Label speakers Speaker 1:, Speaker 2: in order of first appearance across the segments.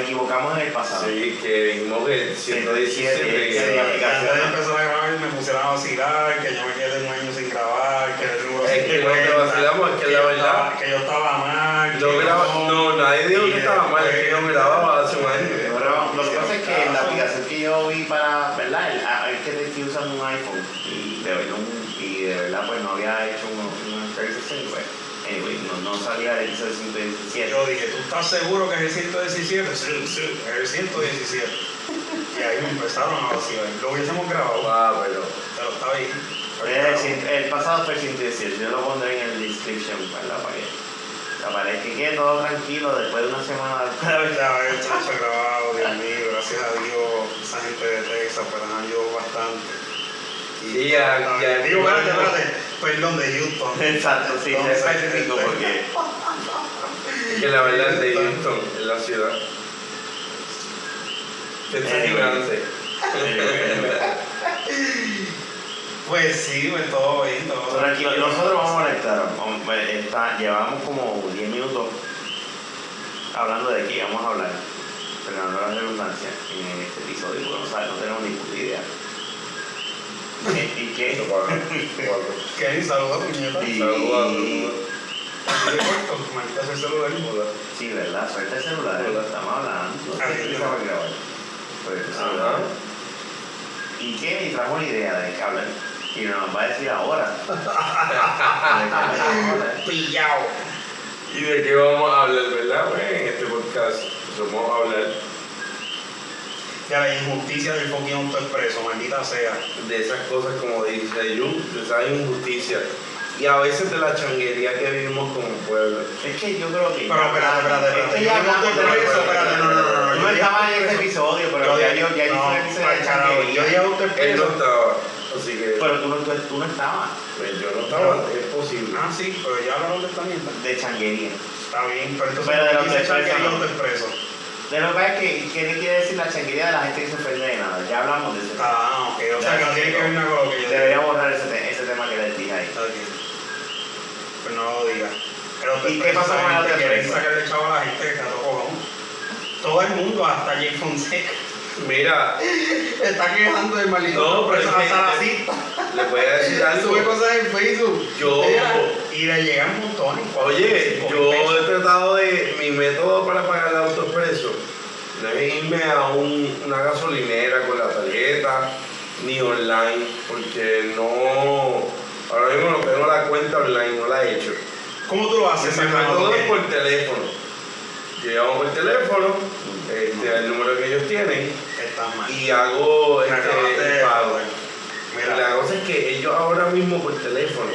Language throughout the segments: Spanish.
Speaker 1: equivocamos en el pasado.
Speaker 2: Sí, que dijimos que el 117
Speaker 1: 117,
Speaker 2: que
Speaker 1: que
Speaker 2: era la
Speaker 1: la-
Speaker 2: aplicación.
Speaker 3: Antes de empezar a grabar me pusieron a vacilar, que yo me quedé un año sin grabar, que el número
Speaker 2: Es que no te
Speaker 3: 50,
Speaker 2: vacilamos, es que la
Speaker 3: yo
Speaker 2: verdad-
Speaker 3: estaba- Que yo estaba mal.
Speaker 2: No,
Speaker 3: que
Speaker 2: graba- no, nadie dijo
Speaker 3: y
Speaker 2: que estaba mal, es que yo grababa hace un año. eh.
Speaker 1: Pero lo que pasa es que la aplicación que yo vi para, ¿verdad? El- ah, Es que te que usan un iPhone y de verdad, un- y de verdad pues no había hecho un- una actualización y pues, anyway, no, no salía el 117.
Speaker 3: Yo dije, ¿tú estás seguro que es el 117? Sí, sí, es el 117. Y ahí me empezaron a vacilar. Lo hubiésemos grabado,
Speaker 2: Ah, pero.
Speaker 3: pero está bien.
Speaker 1: El, cien- el pasado fue el 117, yo lo pondré en el description para la pared. La pared que quede todo tranquilo después de una semana.
Speaker 3: Ya el chacho grabado, Dios mío, gracias a Dios, esa gente de Texas pues nos ayudó bastante.
Speaker 2: Y ya, ya.
Speaker 3: ah, Digo, espérate, espérate, perdón, de Houston.
Speaker 1: Exacto, sí, se
Speaker 3: Entonces,
Speaker 1: específico
Speaker 3: este,
Speaker 1: porque
Speaker 2: Que la verdad es de Houston, en la ciudad. Pensé que ignorante.
Speaker 1: eh,
Speaker 3: Pues sí, pues todo bien, todo
Speaker 1: Tranquilo, nosotros vamos a conectar. Vamos, eh, está- llevamos como 10 minutos hablando de qué íbamos a hablar. Fernando la redundancia en este episodio, porque no, sabe- no tenemos ni puta idea. Eh, ¿Y qué?
Speaker 3: ¿Qué? Saludos, puñeta.
Speaker 1: Y-
Speaker 2: Saludos a todos.
Speaker 3: ¿Qué corto? Maldita sea el celular.
Speaker 1: Sí, ¿verdad? Suelta el celular,
Speaker 2: Hola.
Speaker 1: estamos hablando.
Speaker 3: Ah,
Speaker 1: ¿Qué
Speaker 3: sí,
Speaker 1: empieza
Speaker 3: no.
Speaker 1: a grabar? Pues, el celular.
Speaker 2: Ajá.
Speaker 1: ¿Y qué? Y trajo la idea de qué hablar. Y nos va a decir ahora. De qué vamos a hablar.
Speaker 3: Pillao.
Speaker 2: ¿Y de qué vamos a hablar, verdad? Pues en este podcast pues, vamos a hablar
Speaker 3: Ya la injusticia del fucking autoexpreso, maldita sea.
Speaker 2: de esas cosas como dice Yu, de esa injusticia. Y a veces de la changuería que vivimos como pueblo.
Speaker 1: Es que yo creo que.
Speaker 3: Pero, espérate, espérate, espérate.
Speaker 1: Estoy hablando
Speaker 3: Yo no estoy
Speaker 1: de-
Speaker 3: preso, espérate, no, no, no, no.
Speaker 1: No estaba en ese episodio, pero ya yo ya
Speaker 3: no,
Speaker 1: hice el episodio.
Speaker 3: pa'l
Speaker 1: de
Speaker 3: carajo,
Speaker 1: changuería.
Speaker 3: yo dije
Speaker 2: Él no
Speaker 3: autoexpreso.
Speaker 2: estaba, así que
Speaker 1: Pero tú no, tú, tú no estabas
Speaker 2: pues, yo no estaba, es posible.
Speaker 3: Ah, sí, pero ya hablaron de esta mierda.
Speaker 1: de changuería.
Speaker 3: Está bien, pero
Speaker 1: Pero de
Speaker 3: entonces ¿por
Speaker 1: la
Speaker 3: qué dice
Speaker 1: autoexpreso,
Speaker 3: changuería
Speaker 1: no.
Speaker 3: autoexpreso?
Speaker 1: De lo que pasa es que, ¿qué le quiere decir la changuería de la gente que se ofende de nada? Ya hablamos de eso.
Speaker 3: Ah, ok, o sea que no tiene que ver nada con lo que yo dije.
Speaker 1: Debería borrar ese, te- ese tema que les dije ahí.
Speaker 3: Está bien. Pues no lo diga. Pero
Speaker 1: ¿Y
Speaker 2: pues
Speaker 1: qué pasa con el
Speaker 3: la gente? Quieren
Speaker 1: autoexpreso?
Speaker 3: sacarle chavo a la gente que está todo cojón. Todo el mundo, hasta Jay Fonseca,
Speaker 2: Mira,
Speaker 3: está quejando del maldito.
Speaker 2: No, pero es
Speaker 3: autoexpreso,
Speaker 2: que-
Speaker 3: hasta la cita.
Speaker 2: le voy a decir algo.
Speaker 3: Sube cosas en Facebook.
Speaker 2: Yo-
Speaker 3: Y le llegan montones.
Speaker 2: Oye,
Speaker 3: Cinco
Speaker 2: yo
Speaker 3: mil pesos.
Speaker 2: he tratado de. Mi método para pagar el autoexpreso no es irme a un- una gasolinera con la tarjeta ni online, porque no. Ahora mismo no tengo la cuenta online, no la he hecho.
Speaker 3: ¿Cómo tú lo haces?
Speaker 2: Se me
Speaker 3: Fernando?
Speaker 2: todo
Speaker 3: ¿Qué?
Speaker 2: es por teléfono. Yo llamo por teléfono, este, el número que ellos tienen,
Speaker 3: Está mal.
Speaker 2: y hago
Speaker 3: Me acabaste
Speaker 2: este,
Speaker 3: de-
Speaker 2: el pago.
Speaker 3: pues, Mira,
Speaker 2: La cosa es que ellos ahora mismo por teléfono,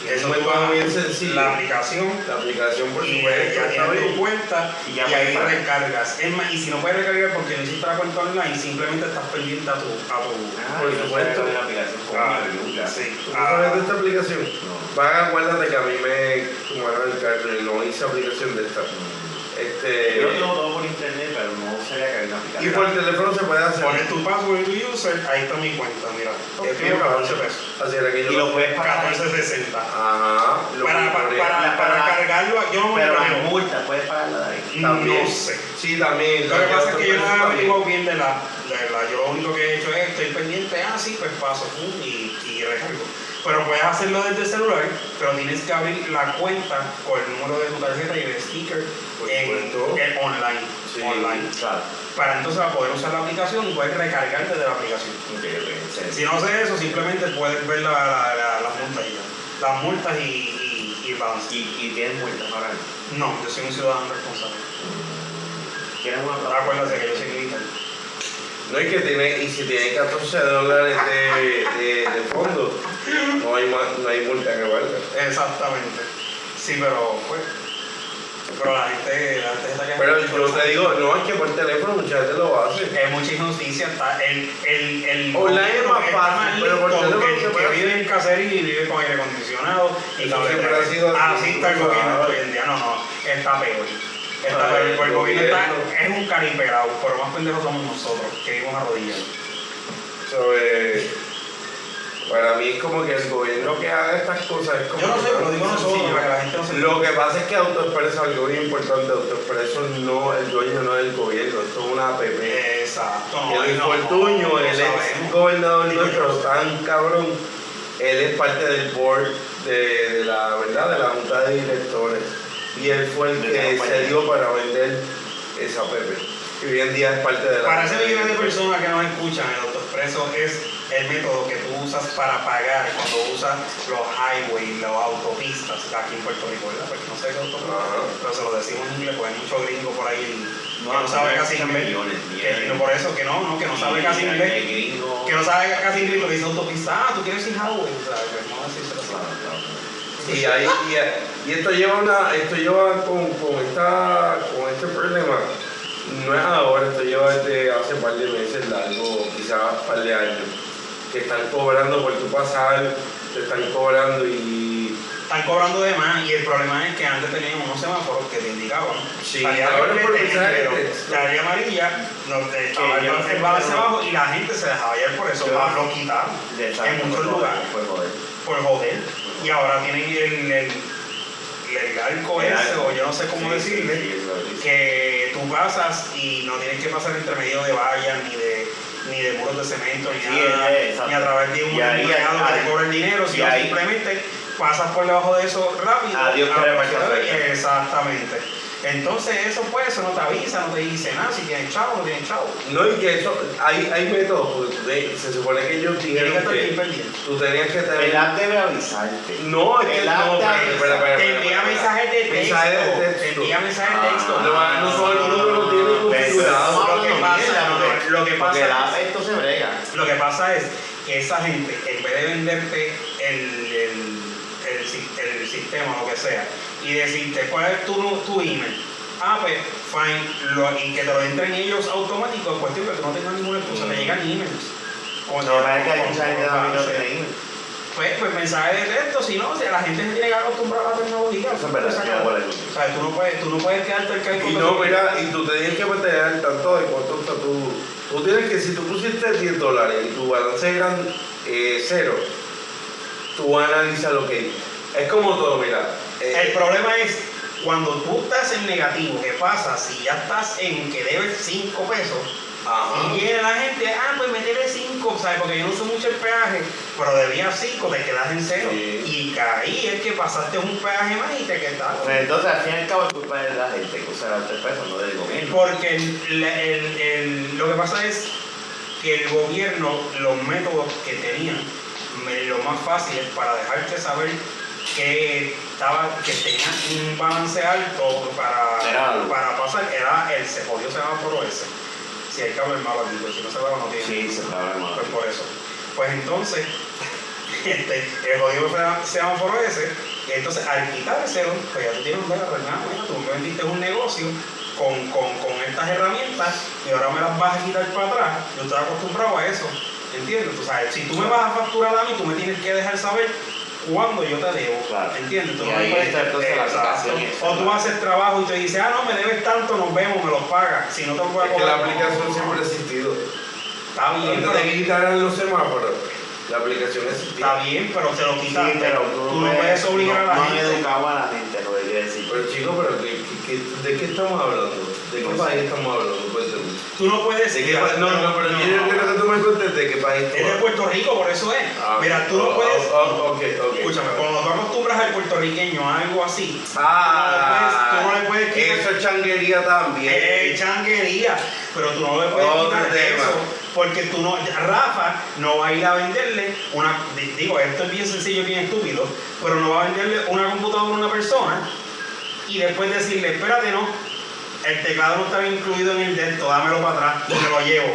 Speaker 2: que es
Speaker 3: eso
Speaker 2: un
Speaker 3: tú
Speaker 2: método
Speaker 3: vas
Speaker 2: bien sencillo,
Speaker 3: la aplicación
Speaker 2: la aplicación por
Speaker 3: y
Speaker 2: supuesto,
Speaker 3: ya
Speaker 2: está
Speaker 3: tienes tu
Speaker 2: bien.
Speaker 3: cuenta
Speaker 1: Y
Speaker 3: y,
Speaker 1: ya
Speaker 3: ahí
Speaker 1: puedes pagar.
Speaker 3: recargas. Es más, y si no puedes recargar porque no hiciste la cuenta online, simplemente estás pendiente a tu. A tu
Speaker 1: Ah,
Speaker 2: Por
Speaker 1: yo no
Speaker 2: supuesto.
Speaker 1: sabía de la aplicación coño,
Speaker 3: Ah,
Speaker 1: nunca.
Speaker 3: sí.
Speaker 2: ¿Tú
Speaker 3: Ah,
Speaker 2: sabes de esta aplicación?
Speaker 1: No.
Speaker 2: Vaga, acuérdate que a mí me tomaron el carro y no hice aplicación de esta. Este,
Speaker 1: Mm,
Speaker 3: Eh,
Speaker 1: Yo tengo todo por internet, pero no sabía que había una
Speaker 2: y
Speaker 1: aplicación.
Speaker 2: por teléfono se puede hacer.
Speaker 3: pones tu password y tu user, ahí está mi cuenta, mira.
Speaker 2: Es
Speaker 3: Tengo
Speaker 2: bien
Speaker 3: 14
Speaker 2: fácil.
Speaker 3: pesos.
Speaker 2: Así era que yo
Speaker 1: Y lo puedes pagar. ahí.
Speaker 3: 14.60.
Speaker 2: Ajá. lo
Speaker 3: Para, para,
Speaker 2: compré.
Speaker 3: para,
Speaker 1: La-
Speaker 3: para
Speaker 1: para-
Speaker 3: cargarlo, yo no me
Speaker 1: Pero
Speaker 3: lo
Speaker 1: la multa, puedes pagarla de ahí.
Speaker 3: No
Speaker 2: También.
Speaker 3: sé.
Speaker 2: Sí, también.
Speaker 3: Lo que
Speaker 2: también
Speaker 3: pasa es que yo no
Speaker 2: autoexpreso también.
Speaker 3: averiguo bien de la, de la. Yo lo único que he hecho es estoy pendiente, ah, sí, pues paso pum, y, y recargo. Pero puedes hacerlo desde el celular, pero tienes que abrir la cuenta con el número de tu tarjeta y el sticker
Speaker 2: Por
Speaker 3: en,
Speaker 2: supuesto.
Speaker 3: en online,
Speaker 2: Sí.
Speaker 3: online.
Speaker 1: Claro.
Speaker 3: Para entonces poder usar la aplicación y puedes recargar desde la aplicación.
Speaker 1: Ok, ok, sí.
Speaker 3: Si no haces eso, simplemente puedes ver la, la, la- las multas y ya. Las multas y, y, y el balance.
Speaker 1: Y, y tienes multa para mí.
Speaker 3: No, yo soy un ciudadano responsable.
Speaker 1: ¿Quieres Mm. una plataforma?
Speaker 3: Acuérdate que yo soy militar.
Speaker 2: No, y que tiene, y si tiene 14 dólares de, de, de fondo, no hay, ma- no hay multa que valga.
Speaker 3: Exactamente. Sí, pero pues. Pero la gente, la gente está que
Speaker 2: Pero yo te digo, no, es que por teléfono mucha gente lo hace.
Speaker 3: es mucha injusticia, está el, el, el
Speaker 2: Online es más
Speaker 3: está
Speaker 2: fácil, pero por
Speaker 3: listo
Speaker 2: teléfono
Speaker 3: que,
Speaker 2: se
Speaker 3: que
Speaker 2: puede
Speaker 3: vive en caserío y vive con aire acondicionado y
Speaker 2: Eso
Speaker 3: cable
Speaker 2: siempre
Speaker 3: TV.
Speaker 2: ha sido así.
Speaker 3: así está el gobierno
Speaker 2: Claro.
Speaker 3: hoy en día, no, no, está peor. Está
Speaker 2: Ah,
Speaker 3: peor.
Speaker 2: el
Speaker 3: El, gobierno está,
Speaker 2: gobierno.
Speaker 3: es un cariperado, pero más pendejos somos nosotros, que vivimos a rodillas.
Speaker 2: So, eh, Para mí es como que el gobierno que haga estas cosas es como...
Speaker 3: Yo no sé,
Speaker 2: que-
Speaker 3: pero digo nosotros
Speaker 2: sencillo.
Speaker 3: para que la gente no se
Speaker 2: Lo que pasa es que AutoExpreso, algo bien importante, AutoExpreso no, el dueño no es el gobierno, esto es una APP.
Speaker 3: Exacto. no,
Speaker 2: el
Speaker 3: no,
Speaker 2: infortunio,
Speaker 3: no, no
Speaker 2: el ex
Speaker 3: sabemos.
Speaker 2: gobernador
Speaker 3: Ni
Speaker 2: nuestro,
Speaker 3: yo.
Speaker 2: tan cabrón, él es parte del board de, de la verdad de la junta de directores y él fue el
Speaker 1: De la
Speaker 2: que se
Speaker 1: compañía.
Speaker 2: dio para vender esa PP. Y hoy en día es parte de la.
Speaker 3: Para ese millón de personas que nos escuchan, el autoexpreso es el método que tú usas para pagar cuando usas los highways, las autopistas aquí en Puerto Rico, ¿verdad? Porque no sé qué autopista,
Speaker 2: Ajá.
Speaker 3: pero se lo decimos en inglés, porque hay mucho gringo por ahí que no,
Speaker 1: no
Speaker 3: sabe
Speaker 1: no,
Speaker 3: casi inglés.
Speaker 1: millones,
Speaker 3: Que,
Speaker 1: millones.
Speaker 3: no, por eso que no, no, que no sabe casi
Speaker 1: Y
Speaker 3: inglés.
Speaker 1: el gringo-
Speaker 3: Que no sabe casi inglés lo que dice autopista. Ah, tú quieres decir highway, o sea, que no decírselo así.
Speaker 1: Claro, claro.
Speaker 2: Y, ahí, y, y esto lleva una, esto lleva con, con esta, con este problema. No es ahora, esto lleva desde hace par de meses largo, quizás par de años, que están cobrando por tu pasar, te están cobrando y
Speaker 3: Están cobrando de más y el problema es que antes teníamos unos semáforos que te indicaban.
Speaker 2: Sí,
Speaker 3: salía
Speaker 2: ahora
Speaker 3: verde,
Speaker 2: por mensaje de
Speaker 3: pero
Speaker 2: texto.
Speaker 3: la área amarilla, donde que
Speaker 1: Ah,
Speaker 3: iba
Speaker 1: yo-
Speaker 3: el va hacia abajo y la gente se dejaba llevar por eso,
Speaker 2: Yo-
Speaker 3: ah, lo quitaron
Speaker 1: De estar
Speaker 3: en muchos
Speaker 1: por joder,
Speaker 3: lugares,
Speaker 1: por joder.
Speaker 3: por joder. Y ahora tienen el, el, el arco
Speaker 1: El
Speaker 3: ese,
Speaker 1: arco.
Speaker 3: o yo no sé cómo
Speaker 1: Sí, sí,
Speaker 3: decirle,
Speaker 1: sí, eso lo dice.
Speaker 3: que tú pasas y no tienes que pasar entre medio de vallas ni de ni de muros de cemento ni
Speaker 1: Sí,
Speaker 3: nada
Speaker 1: eh, exacto.
Speaker 3: ni a través de un
Speaker 1: Y ahí,
Speaker 3: empleado que
Speaker 1: ahí.
Speaker 3: te cobra el dinero sino
Speaker 1: Y ahí.
Speaker 3: simplemente pasas por debajo de eso rápido
Speaker 1: Adiós,
Speaker 3: a la
Speaker 1: crema,
Speaker 3: parte de-
Speaker 1: café.
Speaker 3: exactamente entonces eso pues eso no te avisa no te dice nada si tienes chavo no tienes chavo
Speaker 2: No, y que eso, hay, hay métodos, porque tú te- se supone que ellos
Speaker 3: tienes que
Speaker 2: dijeron
Speaker 3: estar bien
Speaker 2: que
Speaker 3: pendiente
Speaker 2: tú tenías que
Speaker 1: El
Speaker 2: tener...
Speaker 1: app debe avisarte.
Speaker 2: No, es que
Speaker 1: el
Speaker 2: no,
Speaker 1: acta
Speaker 2: espérate, espera, espera,
Speaker 3: te
Speaker 2: espera,
Speaker 3: envía
Speaker 2: espera.
Speaker 3: mensajes de texto
Speaker 2: Mensajes de
Speaker 3: te
Speaker 2: texto.
Speaker 3: envía mensajes
Speaker 1: Ah,
Speaker 3: de texto
Speaker 2: No, no todo el mundo lo tiene configurado.
Speaker 1: Pero-
Speaker 3: Lo que pasa, no, no, lo que pasa
Speaker 1: Porque el
Speaker 3: es-
Speaker 1: app esto se brega.
Speaker 3: Lo que pasa es que esa gente, en vez de venderte el, el- el si- el sistema o lo que sea, y decirte cuál es tu, nu- tu email, ah, pues, fine, lo- y que te lo entren ellos automático, es cuestión que tú no tengas ninguna excusa, te llegan emails. Con-
Speaker 1: No, es que hay
Speaker 3: con-
Speaker 1: mucha gente
Speaker 3: con-
Speaker 1: también que no
Speaker 3: con-
Speaker 1: tiene email.
Speaker 3: Pues, pues mensaje de texto, si no, o sea, la gente se tiene que acostumbrar a la tecnología.
Speaker 1: Eso es verdad,
Speaker 3: se
Speaker 1: yo
Speaker 3: acabó.
Speaker 1: igual
Speaker 3: O sea, tú no puedes, tú no puedes quedarte al cargo
Speaker 2: Y
Speaker 3: con
Speaker 2: no,
Speaker 3: tu-
Speaker 2: mira, y tú tenías que mantener al tanto de cuánto está tu... Tú tienes que, si tú pusiste 10 dólares y tu balance eran eh, cero, tú analizas lo que... Es como todo, mira. eh,
Speaker 3: El problema es cuando tú estás en negativo, ¿qué pasa? Si ya estás en que debes 5 pesos
Speaker 2: ajá.
Speaker 3: y viene la gente, ah, pues me debes 5, ¿sabes? Porque yo no uso mucho el peaje, pero debía 5, te quedas en cero.
Speaker 2: Sí. Eh,
Speaker 3: Y ahí es que pasaste un peaje más y te quedaste.
Speaker 1: Pero entonces, al fin y al cabo, es culpa de la gente que usa el app de peso, no del gobierno.
Speaker 3: Eh, Porque el- la- el- el- lo que pasa es que el gobierno, los métodos que tenían, me- lo más fácil es para dejarte saber que estaba, que tenía un balance alto para,
Speaker 1: Era algo.
Speaker 3: para pasar, era el se jodió semáforo ese. Si hay que hablar malo aquí, pues si no se habla no tiene.
Speaker 1: Sí, se está hablando.
Speaker 3: Pues por eso. Pues entonces, este, el jodido fra- semáforo ese, y entonces al quitar el cero, pues ya tú tienes un verga, pues nada, mira, tú me vendiste un negocio con, con- con estas herramientas y ahora me las vas a quitar para atrás. Yo estaba acostumbrado a eso, ¿entiendes? Tú sabes, si tú me vas a facturar a mí, tú me tienes que dejar saber cuándo yo te debo,
Speaker 1: Claro.
Speaker 3: ¿entiendes? Tú
Speaker 1: Y
Speaker 3: no me
Speaker 1: ahí
Speaker 3: puedes-
Speaker 1: está entonces la
Speaker 3: Exacto.
Speaker 1: aplicación y eso.
Speaker 3: O tú haces trabajo y te dices, ah, no, me debes tanto, nos vemos, me los pagas. Si no te lo voy a
Speaker 2: Es que la
Speaker 3: cobrar.
Speaker 2: aplicación siempre ha existido.
Speaker 3: Está bien,
Speaker 2: Antes
Speaker 3: pero-
Speaker 2: de que quitaran los semáforos, la aplicación existía.
Speaker 3: Está bien, pero se lo
Speaker 1: Sí,
Speaker 3: quitaste.
Speaker 1: pero
Speaker 3: tú no puedes obligar
Speaker 1: no-
Speaker 3: a la
Speaker 1: no han
Speaker 3: gente.
Speaker 1: educado a la gente, lo que quiere decir.
Speaker 2: Pero chicos, pero ¿de, qué- qué- de qué estamos hablando? ¿De qué
Speaker 1: No sé.
Speaker 2: país estamos hablando? Cuéntame.
Speaker 3: Tú pues, no puedes.
Speaker 2: ¿De qué país? No, no, pero yo yo quiero que tú me cuentes de qué país tú
Speaker 3: Es de
Speaker 2: hablas.
Speaker 3: Puerto Rico, por eso es.
Speaker 2: Ah,
Speaker 3: Mira, tú no
Speaker 2: ah,
Speaker 3: puedes.
Speaker 2: ah, ok, ok.
Speaker 3: Escúchame, cuando tú acostumbras al puertorriqueño a algo así,
Speaker 2: Ah,
Speaker 3: tú no le puedes quitar-
Speaker 2: Eso es changuería también.
Speaker 3: es Eh, changuería. Pero tú no le puedes
Speaker 2: Otro
Speaker 3: quitar
Speaker 2: tema.
Speaker 3: eso. Porque tú no. Rafa no va a ir a venderle una. Digo, esto es bien sencillo, bien estúpido. Pero no va a venderle una computadora a una persona y después decirle, espérate, no. El teclado no estaba incluido en el dentro, dámelo para atrás y me lo llevo.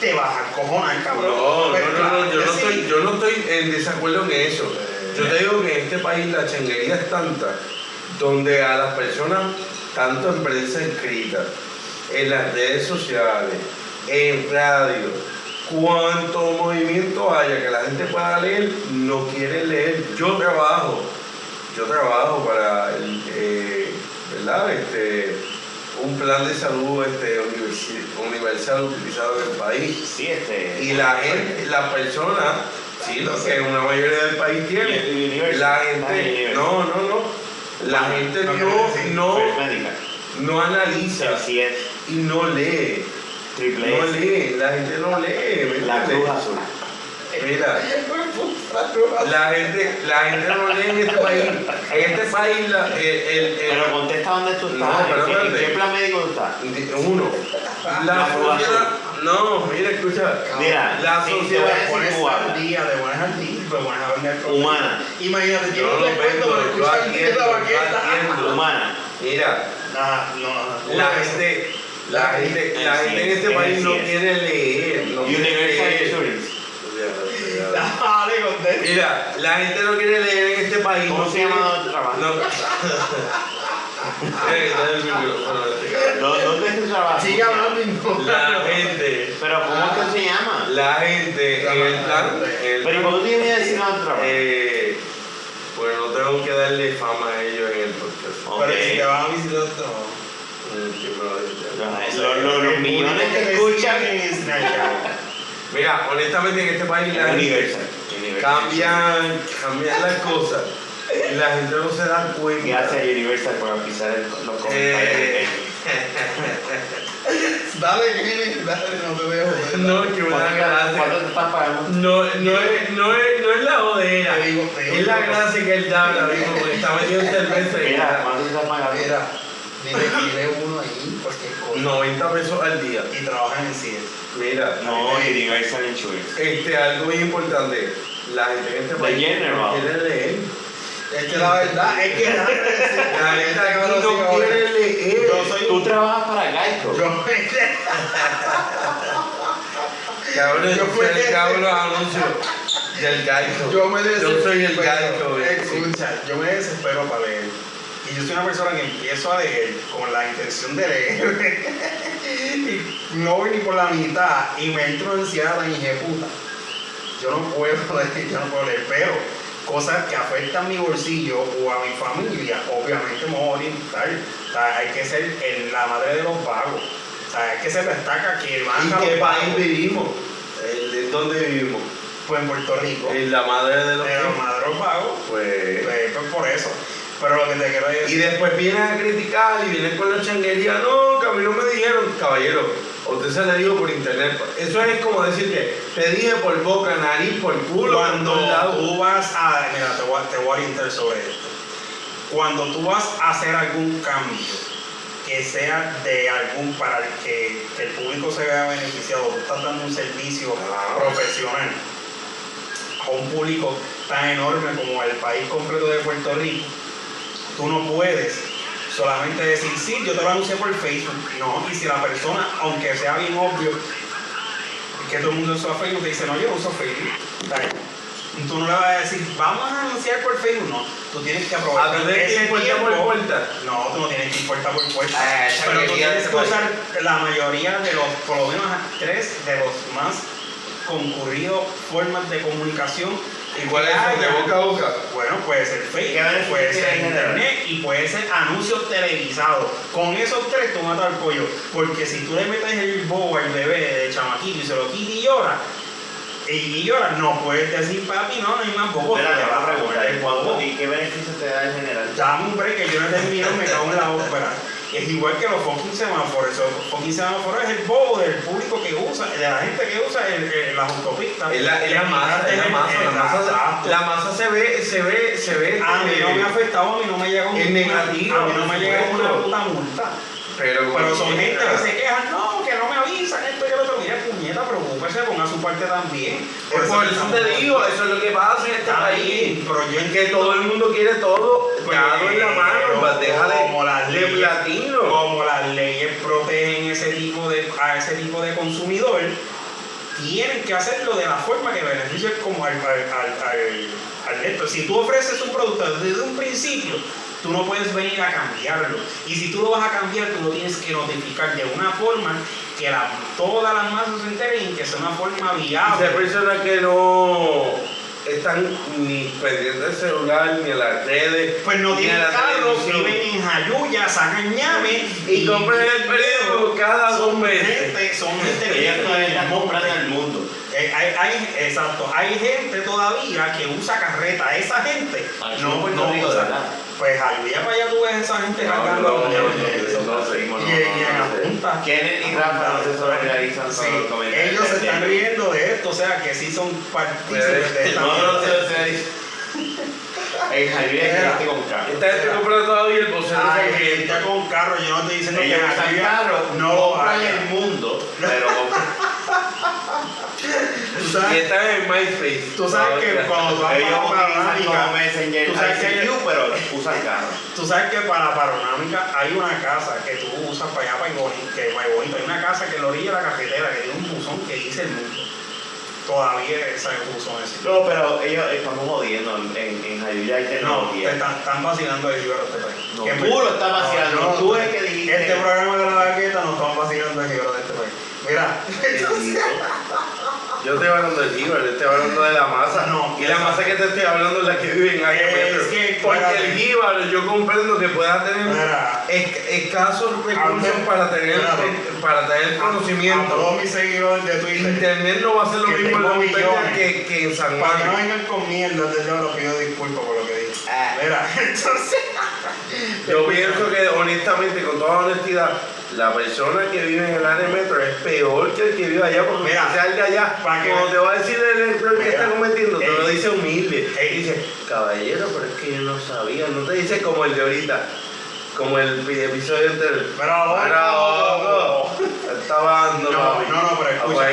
Speaker 3: Te vas a cojonar,
Speaker 2: No,
Speaker 3: cabrón.
Speaker 2: no,
Speaker 3: Pues
Speaker 2: no,
Speaker 3: claro
Speaker 2: no, yo
Speaker 3: que
Speaker 2: no
Speaker 3: sí.
Speaker 2: estoy, yo no estoy en desacuerdo en eso. Yo te digo que en este país la changuería es tanta, donde a las personas, tanto en prensa escrita, en las redes sociales, en radio, cuánto movimiento haya que la gente pueda leer, no quiere leer. Yo trabajo, yo trabajo para el, eh, ¿verdad? Este, un plan de salud este, universi- universal utilizado en el país.
Speaker 1: Sí, este.
Speaker 2: Y la gente, la persona Sí, lo que una mayoría del país tiene.
Speaker 1: Y- y Universal.
Speaker 2: La
Speaker 1: Ah, y
Speaker 2: gente,
Speaker 1: Universal.
Speaker 2: no, no, no. La
Speaker 1: Bueno,
Speaker 2: gente
Speaker 3: no
Speaker 2: no,
Speaker 3: quiero decir,
Speaker 2: no,
Speaker 1: First Medical.
Speaker 2: no analiza
Speaker 1: Así es.
Speaker 2: y no lee.
Speaker 1: Triple
Speaker 2: No
Speaker 1: S.
Speaker 2: lee, la gente no lee. ¿me
Speaker 1: La
Speaker 2: entiendes?
Speaker 1: Cruz Azul.
Speaker 2: Eh, Mira, la gente, la gente no lee en este país. En este país, la- el- el- el-
Speaker 1: Pero contesta dónde tú
Speaker 2: No,
Speaker 1: estás.
Speaker 2: pero
Speaker 1: ¿En qué- ¿En
Speaker 2: espérate.
Speaker 1: qué plan médico tú estás?
Speaker 2: uno, la
Speaker 1: La Cruz
Speaker 2: sociedad, no, mira, escucha,
Speaker 1: Mira,
Speaker 2: la
Speaker 1: sí,
Speaker 3: Te
Speaker 1: Te voy
Speaker 2: sociedad
Speaker 1: a decir
Speaker 3: pones
Speaker 1: cubana.
Speaker 3: al día, te pones al día, te pones a vender cosas.
Speaker 1: Humana.
Speaker 3: Imagínate,
Speaker 2: Yo
Speaker 3: tiene
Speaker 2: no
Speaker 3: un
Speaker 2: lo
Speaker 3: descuento
Speaker 2: vendo,
Speaker 3: por
Speaker 2: yo
Speaker 3: escuchar el de
Speaker 2: atiendo,
Speaker 3: la
Speaker 2: yo
Speaker 3: banqueta.
Speaker 2: atiendo.
Speaker 1: Humana.
Speaker 2: Mira,
Speaker 3: Ah, no, no, no.
Speaker 2: la gente, la gente, la
Speaker 1: Así
Speaker 2: gente en
Speaker 1: es,
Speaker 2: este
Speaker 1: es
Speaker 2: país no
Speaker 1: así es.
Speaker 2: quiere leer, no quiere
Speaker 1: Universal
Speaker 2: leer.
Speaker 1: Insurance.
Speaker 3: Dale, contento.
Speaker 2: Mira, la gente no quiere leer en este país.
Speaker 1: ¿Cómo
Speaker 2: no
Speaker 1: se
Speaker 2: quiere-
Speaker 1: llama el trabajo?
Speaker 2: No. Eh, dale el micrófono, dale.
Speaker 1: ¿Dó- ¿Dónde es tu trabajo?
Speaker 3: Sigue hablando y no.
Speaker 2: La gente,
Speaker 1: Pero ¿cómo es que se llama?
Speaker 2: la gente en el plan, en
Speaker 1: Pero
Speaker 2: el-
Speaker 1: ¿cómo tienes que decir dónde trabajo?
Speaker 2: eh, pues no tengo que darle fama a ellos en el podcast.
Speaker 1: Ok.
Speaker 3: Pero si te van a visitar, no.
Speaker 2: Eh, que me lo digan.
Speaker 1: Los- los- Los millones que escuchan
Speaker 3: es Nacho.
Speaker 2: Mira, honestamente en este país la gente
Speaker 1: Universal.
Speaker 2: cambian, cambian las cosas y la gente no se da cuenta.
Speaker 1: Gracias Universal por avisar el- los
Speaker 2: Eh,
Speaker 1: comentarios.
Speaker 3: Dale, Kevin, dale, no te dejo.
Speaker 2: no, que me da
Speaker 1: ¿Cuánto
Speaker 2: gracia.
Speaker 1: te estás pagando?
Speaker 2: No, no, es, no, es, no es la jodera,
Speaker 3: Te digo, te digo.
Speaker 2: es la gracia que él da ahora mismo, porque está metido en cerveza y
Speaker 1: Mira,
Speaker 2: ya.
Speaker 1: ¿cuánto te estás pagando?
Speaker 3: Mira, dile que iré uno ahí, cualquier cosa.
Speaker 2: 90 pesos al día.
Speaker 3: Y trabajan en cine.
Speaker 2: Mira,
Speaker 1: No, Universal Insurance.
Speaker 2: este, algo muy importante, la gente en este
Speaker 1: The
Speaker 2: país no
Speaker 1: general.
Speaker 2: quiere leer.
Speaker 3: Es que la verdad es que la
Speaker 2: La gente aquí no
Speaker 3: no
Speaker 2: quiere leer.
Speaker 3: Yo soy
Speaker 1: Tú trabajas para Geico.
Speaker 3: Yo
Speaker 2: Cabrón,
Speaker 3: Yo
Speaker 2: yo
Speaker 3: fui
Speaker 2: soy el
Speaker 3: ese.
Speaker 2: cabrón anuncio del gaico.
Speaker 3: Yo me pues, desespero. Eh,
Speaker 2: Yo soy el gaico, eh. güey.
Speaker 3: Escucha, yo me desespero para leer. Y yo soy una persona que empiezo a leer con la intención de leer. y no voy ni por la mitad y me entro en ansiedad tan puta. Yo no puedo leer, yo no puedo leer, pero cosas que afectan mi bolsillo o a mi familia, obviamente me voy a orientar. O sea, hay que ser el- la madre de los vagos. O sea, hay que se destaca que el
Speaker 2: ¿En
Speaker 3: banca
Speaker 2: qué país
Speaker 3: los vagos.
Speaker 2: vivimos? El- ¿En dónde vivimos?
Speaker 3: Pues en Puerto Rico.
Speaker 2: En la madre de los
Speaker 3: Pero madre de los vagos.
Speaker 2: Pues.
Speaker 3: Pues, pues por eso. Pero lo que te quiero
Speaker 2: Y
Speaker 3: decir.
Speaker 2: después vienen a criticar y vienen con la changuería. No, que a mí no me dijeron, caballero. a Usted se le dijo por internet. Eso es como decir que te dije por boca, nariz, por culo,
Speaker 3: Cuando
Speaker 2: por todos lados.
Speaker 3: tú vas a. Mira, te voy, a- te voy a orientar sobre esto. Cuando tú vas a hacer algún cambio que sea de algún para el que, que el público se vea beneficiado, tú estás dando un servicio
Speaker 2: Claro.
Speaker 3: profesional a un público tan enorme como el país completo de Puerto Rico, tú no puedes solamente decir, sí, yo te lo anuncié por Facebook. No, y si la persona, aunque sea bien obvio, que todo el mundo usa Facebook, te dice, no, yo no uso Facebook. Está bien. Tú no le vas a decir, vamos a anunciar por Facebook. No, tú tienes que
Speaker 2: A
Speaker 3: aprovechar
Speaker 2: tener Ah, que
Speaker 3: ese
Speaker 2: ir puerta
Speaker 3: tiempo.
Speaker 2: por puerta.
Speaker 3: No, tú no tienes que ir puerta por puerta.
Speaker 2: Ah, esa
Speaker 3: pero tú
Speaker 2: quería
Speaker 3: tienes que
Speaker 2: después.
Speaker 3: usar la mayoría de los, por lo menos tres de los más concurridos formas de comunicación.
Speaker 2: ¿Y cuál es eso? De
Speaker 3: Haya-
Speaker 2: boca a boca.
Speaker 3: bueno, puede ser
Speaker 1: ¿Qué
Speaker 3: Facebook,
Speaker 1: beneficio
Speaker 3: puede ser
Speaker 1: tiene?
Speaker 3: internet y puede ser anuncios televisados. Con esos tres tú matas al pollo. Porque si tú le metes el bobo al bebé de chamaquito y se lo quita y llora, y, y llora, no puedes decir papi, no, no hay más bobo.
Speaker 1: Espera,
Speaker 3: te
Speaker 1: te voy
Speaker 3: vas a
Speaker 1: a preguntar,
Speaker 3: comer el
Speaker 1: ¿cuánto-
Speaker 3: bobo.
Speaker 1: y ¿qué beneficio te da el general?
Speaker 3: Dame un break que yo no termino, me cago en la ópera. Es igual que los fucking semáforos. Los fucking semáforos es el bobo del público que usa, de la gente que usa el- el- las autopistas.
Speaker 2: Es la, es la masa, es la masa, la masa, la masa se ve, se ve, se ve.
Speaker 3: A mí
Speaker 2: este,
Speaker 3: no me ha afectado, a mí no me llega un
Speaker 2: Es negativo,
Speaker 3: A mí no me
Speaker 2: por
Speaker 3: llega una
Speaker 2: supuesto.
Speaker 3: puta multa.
Speaker 2: Pero,
Speaker 3: Pero son gente que se quejan, no, que no me avisan, esto que lo otro. Mira, puñeta, preocúpese, ponga su parte también.
Speaker 2: Por eso, te digo, eso es lo que pasa en este
Speaker 3: Está
Speaker 2: país.
Speaker 3: bien, pero yo
Speaker 2: Que todo el mundo quiere todo
Speaker 3: Pues, Pero
Speaker 2: dado en la mano, en bandeja de,
Speaker 3: como las
Speaker 2: de
Speaker 3: leyes.
Speaker 2: platino.
Speaker 3: como las leyes protegen ese tipo de, a ese tipo de consumidor, tienen que hacerlo de la forma que beneficie como al, al, al, al- al lector. Si tú ofreces un producto desde un principio, tú no puedes venir a cambiarlo. Y si tú lo vas a cambiar, tú lo tienes que notificar de una forma que la, todas las masas se enteren y que sea una forma
Speaker 2: Y si hay
Speaker 3: viable.
Speaker 2: personas que no, están ni pendientes del celular, ni a las redes,
Speaker 3: Pues no
Speaker 2: ni a
Speaker 3: tienen
Speaker 2: la
Speaker 3: carro,
Speaker 2: televisión.
Speaker 3: viven en Jayuya, sacan ñame
Speaker 2: Y compran el periódico cada dos
Speaker 3: Pues, son
Speaker 2: meses.
Speaker 3: gente, son gente que
Speaker 1: Ella todavía
Speaker 2: eh,
Speaker 1: está comprando el mundo.
Speaker 3: Eh, hay, hay- exacto, hay gente todavía que usa carreta, esa gente
Speaker 1: Aquí en
Speaker 3: no,
Speaker 1: Puerto
Speaker 3: no
Speaker 1: Rico, de
Speaker 3: usa.
Speaker 1: verdad.
Speaker 3: Pues al día para allá tú ves esa gente
Speaker 2: No,
Speaker 3: cargando
Speaker 2: no, no,
Speaker 3: cargando
Speaker 2: no, no, seguimos,
Speaker 3: y,
Speaker 2: no,
Speaker 3: y en
Speaker 2: no,
Speaker 3: la
Speaker 2: no, no.
Speaker 3: punta.
Speaker 1: Kenneth y Rafa no se solidarizan con
Speaker 3: Sí,
Speaker 1: los comentarios.
Speaker 3: ellos se
Speaker 1: de-
Speaker 3: están riendo de esto, o sea que sí son partícipes de esta
Speaker 1: No, no
Speaker 3: mierda.
Speaker 1: se solidarizan. El Javier es
Speaker 3: Mira.
Speaker 1: este con carro.
Speaker 2: Esta gente compra todavía el vocero
Speaker 3: Ay,
Speaker 2: que
Speaker 3: gente con carro, yo no estoy diciendo
Speaker 1: Ellos
Speaker 3: que
Speaker 1: usan
Speaker 3: Jayuya
Speaker 1: carro,
Speaker 3: no lo
Speaker 1: compran
Speaker 3: haga.
Speaker 1: el mundo, pero compran-
Speaker 3: Tú
Speaker 2: Y
Speaker 3: sabes-
Speaker 2: están en MySpace.
Speaker 3: Tú sabes que cuando tú vas
Speaker 1: ellos
Speaker 3: para
Speaker 1: utilizan
Speaker 3: Panorámica,
Speaker 1: como Messenger
Speaker 3: tú sabes que hay-
Speaker 1: ICQ, pero usan carro.
Speaker 3: Tú sabes que para Panorámica hay una casa que tú usas para allá, para Ibonito, que para Ibonito. Hay una casa que en la orilla de la carretera que tiene un buzón que dice el mundo. Todavía ese buzón ese.
Speaker 1: No, pero ellos estamos jodiendo en, en, en Jayuya hay
Speaker 3: No, te
Speaker 1: tecnología.
Speaker 3: están, están vacilando el Gibero este país.
Speaker 1: No,
Speaker 3: Que
Speaker 1: tú lo estás vacilando, tú es que dijiste.
Speaker 3: Este programa de la vaqueta nos están vacilando el Gibero de este país. Mira, entonces,
Speaker 2: Yo estoy hablando del Gíbel, estoy hablando de la masa.
Speaker 3: No.
Speaker 2: y la masa que te estoy hablando es la que vive en área
Speaker 3: Es
Speaker 2: metro.
Speaker 3: que,
Speaker 2: Porque
Speaker 3: espérate.
Speaker 2: el Gíbal, yo comprendo que pueda tener
Speaker 3: Mira.
Speaker 2: esc- escasos recursos
Speaker 3: Hablo-
Speaker 2: para tener,
Speaker 3: Espérate.
Speaker 2: para tener
Speaker 3: a
Speaker 2: conocimiento.
Speaker 3: todos mis seguidores de Twitter.
Speaker 2: Internet no va a ser lo
Speaker 3: Que
Speaker 2: mismo en
Speaker 3: tengo
Speaker 2: la montaña
Speaker 3: millones.
Speaker 2: que, que en San
Speaker 3: Para que no
Speaker 2: Juan.
Speaker 3: vengan con mierda, yo lo pido disculpas por lo que dije.
Speaker 1: Ah.
Speaker 3: Mira, entonces.
Speaker 2: Yo pienso que honestamente, con toda honestidad, la persona que vive en el área metro es peor que el que vive allá, porque
Speaker 3: Mira,
Speaker 2: se salga allá,
Speaker 3: pa' que-
Speaker 2: cuando te va a decir el error que
Speaker 3: Mira,
Speaker 2: está cometiendo, te lo
Speaker 3: ey,
Speaker 2: dice humilde.
Speaker 3: ey.
Speaker 2: dice, caballero, pero es que yo no sabía, no te dice como el de ahorita, como el pi- episodio entero.
Speaker 3: Bravo.
Speaker 2: Bravo, estaba dando
Speaker 3: No,
Speaker 2: papi.
Speaker 3: no, no, pero escucha.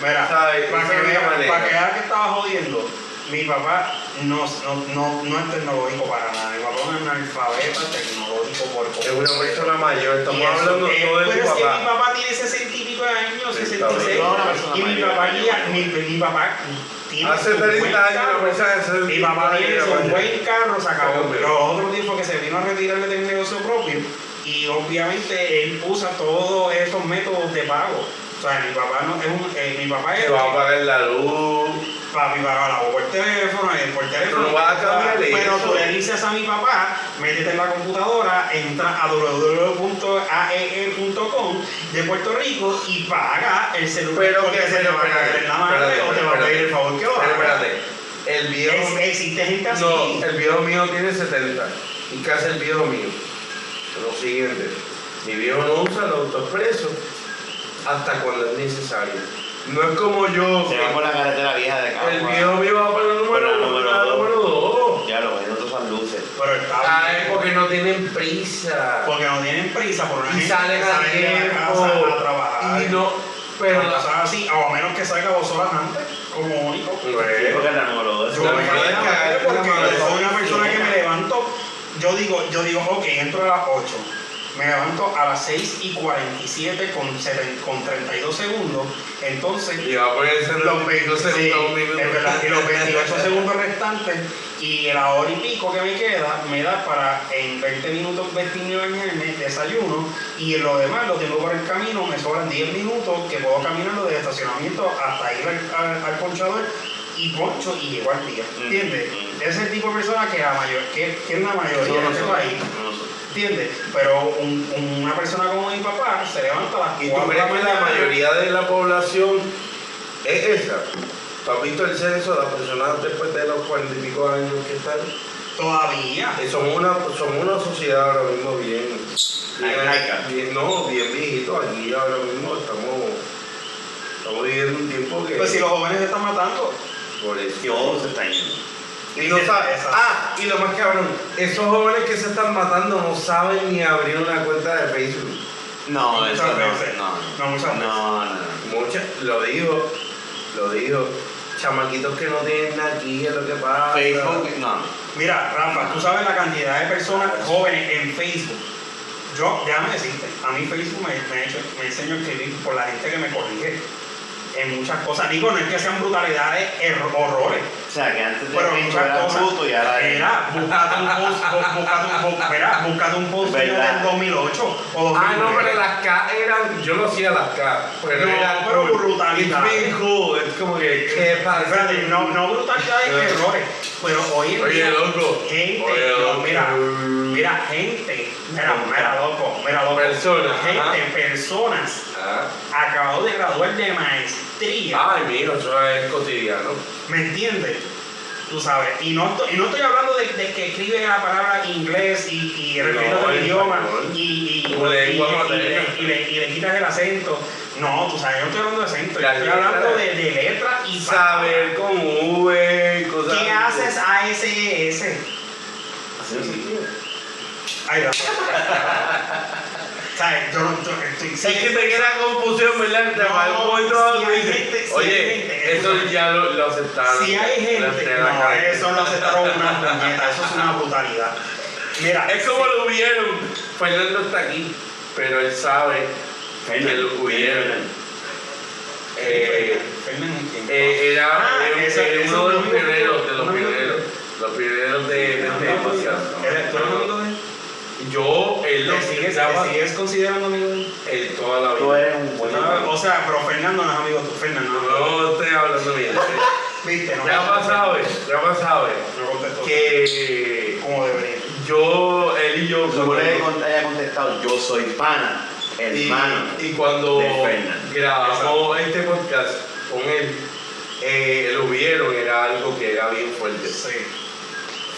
Speaker 3: Mira,
Speaker 2: ¿sabes?
Speaker 3: para que
Speaker 2: Esa es la
Speaker 3: vean
Speaker 2: manera.
Speaker 3: para que, vean que estaba jodiendo, mi papá no, no, no, no es tecnológico para nada. Mi papá es un analfabeta tecnológico por
Speaker 2: Es una persona mayor, estamos
Speaker 3: Y eso,
Speaker 2: hablando
Speaker 3: eh,
Speaker 2: todo de tu
Speaker 3: Pero es que mi
Speaker 2: papá.
Speaker 3: papá tiene 60 y pico de años,
Speaker 2: Sí,
Speaker 3: 66.
Speaker 1: está bien. Una persona
Speaker 3: Y mi
Speaker 1: mayor,
Speaker 3: papá,
Speaker 1: mayor,
Speaker 3: guía- mi,
Speaker 1: mayor.
Speaker 3: mi papá tiene.
Speaker 2: Hace
Speaker 3: 50
Speaker 2: 30 años,
Speaker 3: carros.
Speaker 2: la persona de
Speaker 3: Mi papá
Speaker 2: 60
Speaker 3: tiene
Speaker 2: años,
Speaker 3: un
Speaker 2: mayor.
Speaker 3: buen carro, se acabó.
Speaker 2: Hombre.
Speaker 3: Pero otro tiempo que se vino a retirarle de un negocio propio. Y obviamente él usa todos esos métodos de pago. O sea, mi papá no es un. eh, mi papá es.
Speaker 2: Te va a pagar la luz.
Speaker 3: Papi pagaba la voz por teléfono, él por teléfono.
Speaker 2: Pero no vas a cambiar de
Speaker 3: Pero
Speaker 2: eso.
Speaker 3: tú le dices a mi papá, métete en la computadora, entra a www.aee.com de Puerto Rico y paga el celular
Speaker 2: Pero
Speaker 3: porque
Speaker 2: que-
Speaker 3: se te va a
Speaker 2: espérate,
Speaker 3: caer en la madre
Speaker 2: espérate,
Speaker 3: o te va a
Speaker 2: espérate.
Speaker 3: pedir el favor que lo
Speaker 2: Pero
Speaker 3: haga.
Speaker 2: espérate, el viejo.
Speaker 3: Es- Existe gente así.
Speaker 2: No, el viejo mío tiene 70. ¿Y qué hace el viejo mío? Lo siguiente: mi viejo no usa los autoexpresos hasta cuando es necesario. No es como yo.
Speaker 1: Se va por la carretera vieja de acá.
Speaker 2: El
Speaker 1: Juan.
Speaker 2: viejo mío va para el número
Speaker 1: Para el
Speaker 2: 1,
Speaker 1: número
Speaker 2: para el
Speaker 1: dos.
Speaker 2: número 2.
Speaker 1: Ya lo ven, no usan luces.
Speaker 3: Pero está
Speaker 2: Ah, es
Speaker 3: bien.
Speaker 2: porque no tienen prisa.
Speaker 3: porque no tienen prisa por una
Speaker 2: Y
Speaker 3: gente que
Speaker 2: salen a
Speaker 3: sale de la casa a trabajar.
Speaker 2: tiempo. Y no, pero
Speaker 3: Cuando sea así, o a menos que salga dos horas antes, como único.
Speaker 1: Sí,
Speaker 2: Bueno,
Speaker 1: porque la número dos.
Speaker 3: Yo me quedo en la madre porque yo soy una persona que me levanto, yo digo, yo digo, ok, entro a las 8, me levanto a las 6 y 47 con, seten- con 32 segundos, entonces
Speaker 2: Y va a ponerse los 22
Speaker 3: sí,
Speaker 2: segundos, un minuto.
Speaker 3: es verdad, y los 28 segundos restantes y la hora y pico que me queda me da para en 20 minutos vestirme y bañarme, desayuno y lo demás lo tengo por el camino, me sobran 10 minutos que puedo caminarlo desde estacionamiento hasta ir al, al- al ponchador y poncho y llego al día,
Speaker 1: Mm,
Speaker 3: ¿entiendes?
Speaker 1: mm.
Speaker 3: Ese es el tipo de persona que, la mayor, que, que es la mayoría de este país, ¿entiendes? Pero un- un- una persona como mi papá se levanta a las
Speaker 2: ¿Y
Speaker 3: 4
Speaker 2: tú
Speaker 3: de la
Speaker 2: crees que la
Speaker 3: mañana.
Speaker 2: mayoría de la población es esa? ¿Tú has visto el censo de las personas después de los cuarenta y pico años que están?
Speaker 3: Todavía.
Speaker 2: Eh, Somos una, somos una sociedad ahora mismo bien.
Speaker 1: Arcaica.
Speaker 2: bien, bien- no, bien viejito. Aquí ahora mismo estamos, estamos viviendo un tiempo que.
Speaker 3: Pues si los jóvenes se están matando.
Speaker 2: por eso.
Speaker 1: Todos se están yendo.
Speaker 2: Y no
Speaker 3: Esa-
Speaker 2: saben.
Speaker 3: esa-
Speaker 2: Ah, y lo más cabrón, esos jóvenes que se están matando no saben ni abrir una cuenta de Facebook.
Speaker 1: No, eso
Speaker 3: Muchas
Speaker 1: no.
Speaker 3: veces.
Speaker 1: No,
Speaker 3: No, muchas veces.
Speaker 1: No, no, no.
Speaker 2: Muchas, lo digo, lo digo. Chamaquitos que no tienen aquí es lo que pasa.
Speaker 1: Facebook, no.
Speaker 3: Mira, Rafa, tú sabes la cantidad de personas jóvenes en Facebook. Yo, déjame decirte, a mí Facebook me, me, ha hecho- me enseñó a escribir por la gente que me corrige. en muchas cosas. Digo, no es que sean brutalidades, erro- horrores.
Speaker 1: O sea, que antes de
Speaker 3: Pero
Speaker 1: pincho
Speaker 3: muchas
Speaker 1: era
Speaker 3: cosas.
Speaker 1: bruto y ahora es-
Speaker 3: Mira, búscate un post, bú- búscate un post, mira, búscate un post mío
Speaker 1: ¿Verdad?
Speaker 3: del 2008 o 2009.
Speaker 2: Ah, no, pero las K eran. Yo no hacía las K. Pero
Speaker 3: No,
Speaker 2: eran
Speaker 3: pero
Speaker 2: cool.
Speaker 3: brutalidad.
Speaker 2: It's been cool. Es como que. ¿Qué pasa?
Speaker 3: Ah, Espérate, no, no brutalidades,
Speaker 2: No.
Speaker 3: errores. Pero hoy en
Speaker 2: Oye,
Speaker 3: día,
Speaker 2: loco.
Speaker 3: gente,
Speaker 2: Oye,
Speaker 3: no,
Speaker 2: loco.
Speaker 3: mira, mira, gente, mira, mira, loco, mira, loco.
Speaker 2: Personas,
Speaker 3: Gente,
Speaker 2: ajá.
Speaker 3: personas,
Speaker 2: Ah.
Speaker 3: acabado de graduar de maestría.
Speaker 2: Ay, mío, eso es cotidiano.
Speaker 3: ¿Me entiendes? Tú sabes, y no estoy, y no estoy hablando de, de que escribe la palabra inglés y, y respetando
Speaker 2: No,
Speaker 3: el
Speaker 2: en
Speaker 3: idioma
Speaker 2: español.
Speaker 3: y, y,
Speaker 2: Como
Speaker 3: y-
Speaker 2: lengua
Speaker 3: y- y
Speaker 2: materna.
Speaker 3: le, y le- y le quitas el acento. No, tú sabes, yo no estoy hablando de acento, yo
Speaker 2: La
Speaker 3: estoy
Speaker 2: letra.
Speaker 3: hablando de, de letra y
Speaker 2: Saber
Speaker 3: palabra.
Speaker 2: con V, cosas.
Speaker 3: ¿Qué haces a E, ese ese?
Speaker 1: Así no se quiere.
Speaker 3: Ay, no. ¿Sabes? Yo no yo estoy.
Speaker 2: Es que te queda confusión, ¿verdad? Te
Speaker 3: No,
Speaker 2: va un momento dado,
Speaker 3: si
Speaker 2: tú
Speaker 3: hay
Speaker 2: dices,
Speaker 3: gente- si hay gente-
Speaker 2: Oye, eso ya lo, lo aceptaron.
Speaker 3: Si hay
Speaker 2: La
Speaker 3: gente.
Speaker 2: estrella
Speaker 3: No,
Speaker 2: acá.
Speaker 3: eso lo aceptaron una puñeta, eso es una brutalidad. Mira,
Speaker 2: Es como lo hubieron. Fernando está aquí, pero él sabe que lo hubieron. Eh,
Speaker 3: Fernan, ¿quién?
Speaker 2: eh, era
Speaker 3: Ah,
Speaker 2: era-
Speaker 3: esa-
Speaker 2: era
Speaker 3: esa
Speaker 2: uno de
Speaker 3: es
Speaker 2: los
Speaker 3: una
Speaker 2: pioneros, de los
Speaker 3: amiga- una amiga-
Speaker 2: pioneros, los pioneros de, de este podcast.
Speaker 3: ¿Eres- ¿Tú eres amigo de él?
Speaker 2: Yo, él lo
Speaker 3: ¿Le sigues,
Speaker 2: citaba,
Speaker 3: le sigues considerando amigo de él?
Speaker 2: él toda la
Speaker 1: Tú
Speaker 2: vida.
Speaker 1: eres un buen amigo.
Speaker 3: O sea, pero Fernando no es amigo tuyo. Fernando no es amigo
Speaker 2: No estoy hablando bien. ¿eh?
Speaker 3: tuyo. Viste, no.
Speaker 2: Ya más sabes, ya más sabes
Speaker 3: No contestó.
Speaker 2: que
Speaker 3: Como debería.
Speaker 2: yo, él y yo,
Speaker 1: Seguro que cont- haya contestado, yo soy pana,
Speaker 2: Y,
Speaker 1: hermano.
Speaker 2: y cuando
Speaker 1: de Fernan.
Speaker 2: grabamos este podcast con él, eh, lo vieron, era algo que era bien fuerte.
Speaker 3: Sí.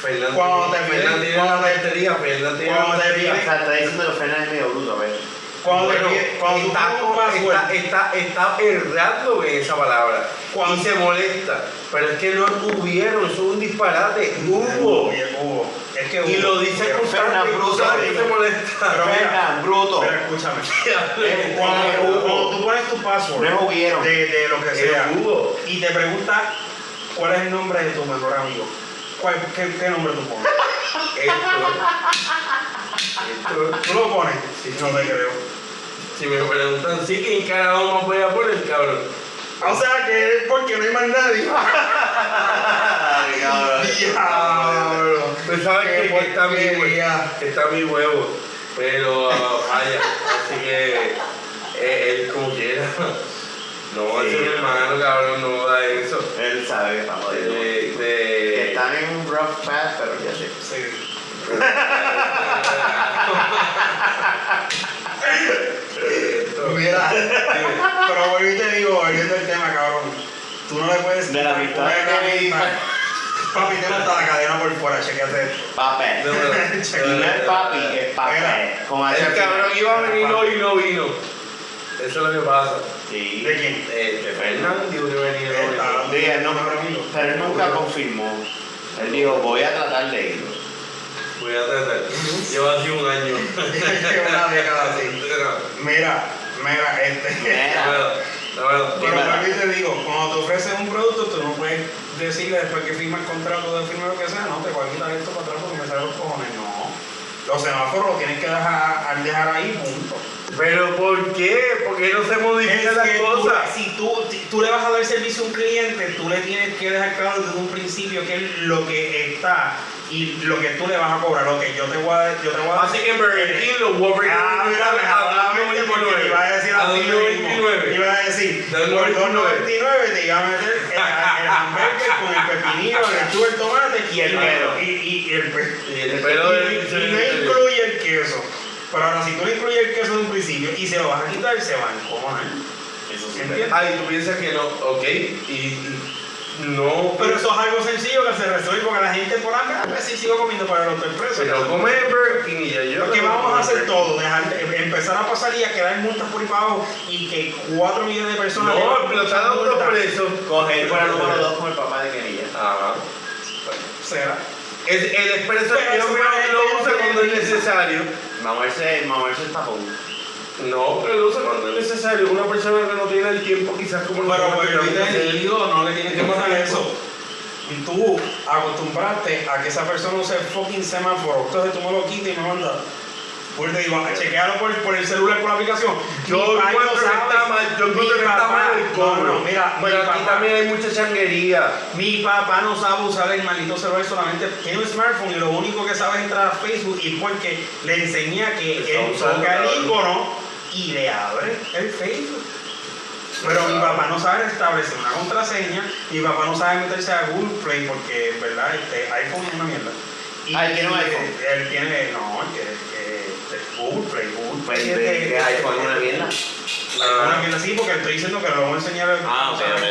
Speaker 2: Fernando
Speaker 3: Cuando te piden-
Speaker 2: tiene una maestría, Fernando tiene una
Speaker 3: cuando te
Speaker 2: maestría.
Speaker 1: O sea, está diciendo que Fernández es medio bruto, a ver.
Speaker 3: Cuando, te
Speaker 2: Bueno,
Speaker 3: pide- cuando tú
Speaker 2: está,
Speaker 3: tienes un
Speaker 2: está,
Speaker 3: password,
Speaker 2: está, está errando en esa palabra
Speaker 3: Cuando-
Speaker 2: y se molesta, pero es que no hubieron, eso es un disparate, hubo.
Speaker 3: Oye, Hugo, es que
Speaker 2: Y
Speaker 3: Hugo-
Speaker 2: lo dice
Speaker 1: Pero
Speaker 2: con tanta
Speaker 1: Fernan, bruto,
Speaker 2: cosa que
Speaker 1: pero-
Speaker 2: se molesta.
Speaker 3: Pero mira,
Speaker 1: Fernan, bruto.
Speaker 3: Pero escúchame.
Speaker 1: Eh,
Speaker 3: Cuando, tú- cuando tú pones
Speaker 1: No
Speaker 3: tu
Speaker 1: es
Speaker 3: password
Speaker 1: hubieron.
Speaker 3: de, de lo que sea
Speaker 2: hubo.
Speaker 3: y te pregunta cuál es el nombre de tu mejor amigo, ¿cuál- qué, qué nombre tú pones?
Speaker 2: Esto, esto,
Speaker 3: ¿Tú lo pones?
Speaker 2: Sí.
Speaker 3: No te creo.
Speaker 2: si me preguntan, sí, que encarado no voy a poner, cabrón.
Speaker 3: O sea que es porque no hay más nadie.
Speaker 1: Ay, cabrón.
Speaker 3: Diablo.
Speaker 2: Pues sabes que,
Speaker 3: Qué
Speaker 2: que está, mi,
Speaker 3: porquería.
Speaker 2: hue- está mi huevo, pero ah, vaya, así que eh, él como quiera. No,
Speaker 1: Sí.
Speaker 2: ese es mi hermano, cabrón, no da eso.
Speaker 1: Él sabe que está
Speaker 2: De,
Speaker 1: jodido. Que
Speaker 2: de,
Speaker 1: Están en un rough path, pero ya sé.
Speaker 3: Sí. Mira, pero vuelvo y te digo, volviendo al tema, cabrón. Tú no le puedes.
Speaker 1: De la amistad.
Speaker 3: Una camisa. Papi, tengo hasta la cadena por fuera, chequeate esto.
Speaker 1: Papel.
Speaker 2: No, no, no.
Speaker 1: No es papi, es papel.
Speaker 3: Mira,
Speaker 1: Con H al
Speaker 2: El
Speaker 1: final.
Speaker 2: cabrón iba a venir hoy y no vino. Eso es lo que pasa.
Speaker 1: Sí.
Speaker 3: ¿De quién?
Speaker 2: Este Fernando dijo que venía hoy.
Speaker 3: Está-
Speaker 1: Dije, no,
Speaker 3: Mejor amigo.
Speaker 1: pero él nunca confirmó. Él dijo, voy a tratar de irlo.
Speaker 2: Voy a tratar. Lleva así un año.
Speaker 3: Una década así. Mira, mira, este.
Speaker 2: La
Speaker 1: Mira,
Speaker 2: verdad, la verdad.
Speaker 3: Pero
Speaker 1: Mira.
Speaker 3: vuelvo y te digo, cuando te ofrecen un producto, tú no puedes decirle después que firma el contrato, de firma lo que sea, no, te voy a quitar esto para atrás porque me salen los cojones. No. Los semáforos los tienes que dejar, al dejar ahí, punto.
Speaker 2: Pero ¿por qué? ¿Por qué no se modifican
Speaker 3: Es
Speaker 2: las
Speaker 3: que tú-
Speaker 2: cosas?
Speaker 3: si tú, si tú le vas a dar servicio a un cliente, tú le tienes que dejar claro desde un principio que es lo que está y lo que tú le vas a cobrar, lo que yo te voy a, yo te voy a
Speaker 2: Así que en Burger King los Whopper
Speaker 3: Ah, mira, me
Speaker 2: a
Speaker 3: jodamente porque iba a decir así mismo.
Speaker 2: 2.99.
Speaker 3: Iba a decir,
Speaker 2: Da
Speaker 3: por
Speaker 2: 2.99.
Speaker 3: 2.99 te iba a meter el, el hamburger con el pepinillo, el lechuga, el tomate
Speaker 1: Y el
Speaker 3: y-
Speaker 1: pelo.
Speaker 3: Y, y- y el pe-
Speaker 2: Y el pelo del-
Speaker 3: y- y no incluye el queso. Pero ahora, si tú le incluyes el queso de un principio y se lo vas a quitar, se van. ¿Cómo no?
Speaker 1: Eso sí.
Speaker 3: ¿Entiendes?
Speaker 2: Ay, tú piensas que no, ok. Y, y no,
Speaker 3: Pero eso es algo sencillo que se resuelve porque la gente por hambre, a sí sigo comiendo para el otro preso.
Speaker 2: pero come en Burger King y ya yo.
Speaker 3: Porque vamos a hacer todo, dejar, de- empezar a pasar y a quedar multas por ahí para abajo y que 4 millones de personas. le
Speaker 2: No,
Speaker 3: van
Speaker 2: pero están dando
Speaker 3: multas.
Speaker 2: unos presos.
Speaker 1: Coger por el número 2 con el papá de Kenilla.
Speaker 2: Ajá.
Speaker 3: Será.
Speaker 2: El, el expreso
Speaker 3: Pero
Speaker 2: yo
Speaker 3: eso
Speaker 2: creo
Speaker 3: es-
Speaker 2: que lo usa
Speaker 3: es-
Speaker 2: cuando es necesario.
Speaker 1: Mamarse, mamarse el tapón.
Speaker 2: No, pero lo usa cuando es necesario. Una persona que no tiene el tiempo, quizás como
Speaker 3: Pero
Speaker 2: nosotros
Speaker 3: bueno,
Speaker 2: que
Speaker 3: yo
Speaker 2: tenemos que
Speaker 3: te
Speaker 2: hacer.
Speaker 3: digo, no le tienes que pasar eso. Y tú acostumbraste a que esa persona use el fucking semáforo. Entonces tú me lo quitas y me mandas. Por te digo, ah, chequealo por, por el celular con la aplicación.
Speaker 2: Yo
Speaker 3: Mi papá
Speaker 2: encuentro
Speaker 3: lo
Speaker 2: que
Speaker 3: sabe.
Speaker 2: está mal, yo encuentro
Speaker 3: Mi
Speaker 2: que está
Speaker 3: papá-
Speaker 2: mal el cobro.
Speaker 3: No, no, mira,
Speaker 2: Pero
Speaker 3: mi
Speaker 2: aquí
Speaker 3: papá-
Speaker 2: también hay mucha changuería.
Speaker 3: Mi papá no sabe usar el maldito celular, solamente tiene un smartphone y lo único que sabe es entrar a Facebook y porque le enseña que
Speaker 2: Está
Speaker 3: él
Speaker 2: usando,
Speaker 3: toca el
Speaker 2: claro.
Speaker 3: icono y le abre el Facebook. Pero mi papá no sabe establecer una contraseña, mi papá no sabe meterse a Google Play porque, ¿verdad? Este iPhone es una mierda.
Speaker 1: Ah, él tiene un iPhone.
Speaker 3: Él, tiene, no, el que, el que el Google Play, Google
Speaker 1: Pues,
Speaker 3: Play.
Speaker 1: de-
Speaker 3: es
Speaker 1: de
Speaker 3: de-
Speaker 1: iPhone es una mierda.
Speaker 2: Ah.
Speaker 3: Una mierda así porque le estoy diciendo que lo vamos a enseñar.
Speaker 1: Ah, ok, ok, ok, ok,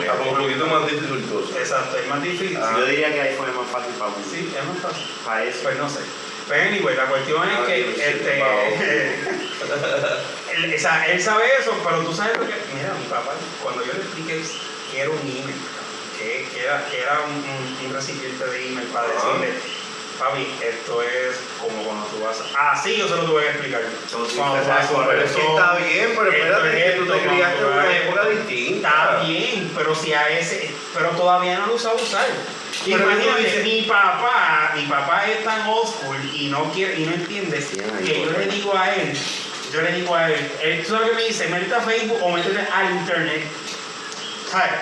Speaker 2: Está un poquito más dificultoso.
Speaker 3: Exacto, es más difícil.
Speaker 2: Ah.
Speaker 1: Yo diría que iPhone es más fácil para usar.
Speaker 3: Ah. Sí, es más fácil.
Speaker 1: Para eso.
Speaker 3: Pues no sé. Pero anyway, la cuestión es que
Speaker 2: Ay, Ah, sí,
Speaker 3: este, él, o sea, él sabe eso, pero tú sabes lo que. Mira, mi papá, cuando yo le expliqué que era un email, que, que era, que era un, un- un recipiente de email para
Speaker 2: Ajá.
Speaker 3: decirle, papi, esto es como cuando tú vas. a-". Así yo se lo tuve que explicar.
Speaker 1: Entonces,
Speaker 3: Cuando tú
Speaker 1: ¿sabes
Speaker 3: vas a
Speaker 1: cuál
Speaker 2: Pero
Speaker 3: correr
Speaker 2: es que
Speaker 3: eso,
Speaker 2: está bien, pero espérate, que tú te
Speaker 3: Esto,
Speaker 2: criaste en
Speaker 3: mamá,
Speaker 2: una época distinta.
Speaker 3: Está bien, pero si a ese, pero todavía no lo sabe usar.
Speaker 2: Pero tú
Speaker 3: Imagínate,
Speaker 2: dices-
Speaker 3: mi papá, mi papá es tan old school y no quiere, y no entiende
Speaker 1: Sí, ahí,
Speaker 3: que yo
Speaker 1: por
Speaker 3: le
Speaker 1: ahí.
Speaker 3: digo a él, yo le digo a él, él tú sabes que me dice, métete a Facebook o métete al internet. ¿Sabes?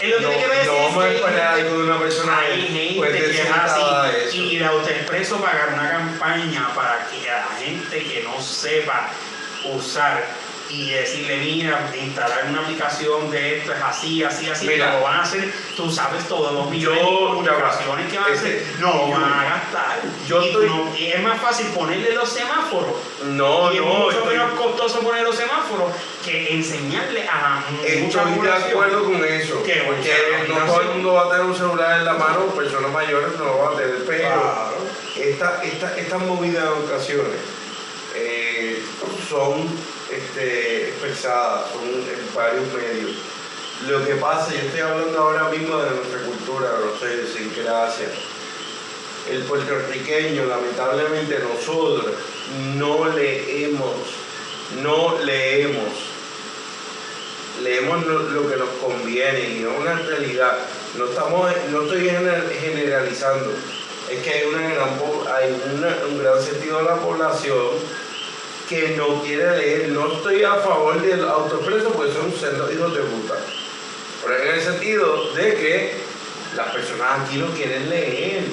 Speaker 3: Él lo que
Speaker 2: No,
Speaker 3: tiene que ver
Speaker 2: no
Speaker 3: es
Speaker 2: vamos a
Speaker 3: que-
Speaker 2: esperar algo de una persona
Speaker 3: hay
Speaker 2: que
Speaker 3: gente
Speaker 2: pues,
Speaker 3: que es
Speaker 2: sentada a eso.
Speaker 3: así y la AutoExpreso pagar una campaña para que a la gente que no sepa usar y decirle, mira, instalar una aplicación de esto es así, así, así,
Speaker 2: Mira.
Speaker 3: pero lo van a hacer, tú sabes todos los millones
Speaker 2: Yo-
Speaker 3: de comunicaciones que van a
Speaker 2: este,
Speaker 3: hacer, no
Speaker 2: yo-
Speaker 3: van a gastar.
Speaker 2: yo
Speaker 3: y,
Speaker 2: estoy-
Speaker 3: no- y es más fácil ponerle los semáforos.
Speaker 2: No,
Speaker 3: y es
Speaker 2: Oh, no,
Speaker 3: mucho
Speaker 2: estoy,
Speaker 3: menos costoso poner los semáforos que enseñarle a la mucha
Speaker 2: estoy de
Speaker 3: población.
Speaker 2: acuerdo con eso.
Speaker 3: Que
Speaker 2: Porque
Speaker 3: mucha
Speaker 2: no todo el
Speaker 3: comunicación.
Speaker 2: mundo va a tener un celular en la mano, personas mayores no lo van a tener, pero
Speaker 3: Claro.
Speaker 2: esta- esta- estas movidas de ocasiones eh, son este, expresadas, son en varios medios. Lo que pasa, yo estoy hablando ahora mismo de nuestra cultura, no sé, sin gracia. El puertorriqueño, lamentablemente nosotros, no leemos, no leemos. Leemos lo, lo que nos conviene y es una realidad. No, estamos, no estoy gener- generalizando, es que hay, una gran po- hay una- un gran sentido de la población que no quiere leer. No estoy a favor del autoexpreso porque son sendos hijos de puta. Pero en el sentido de que las personas aquí no quieren leer.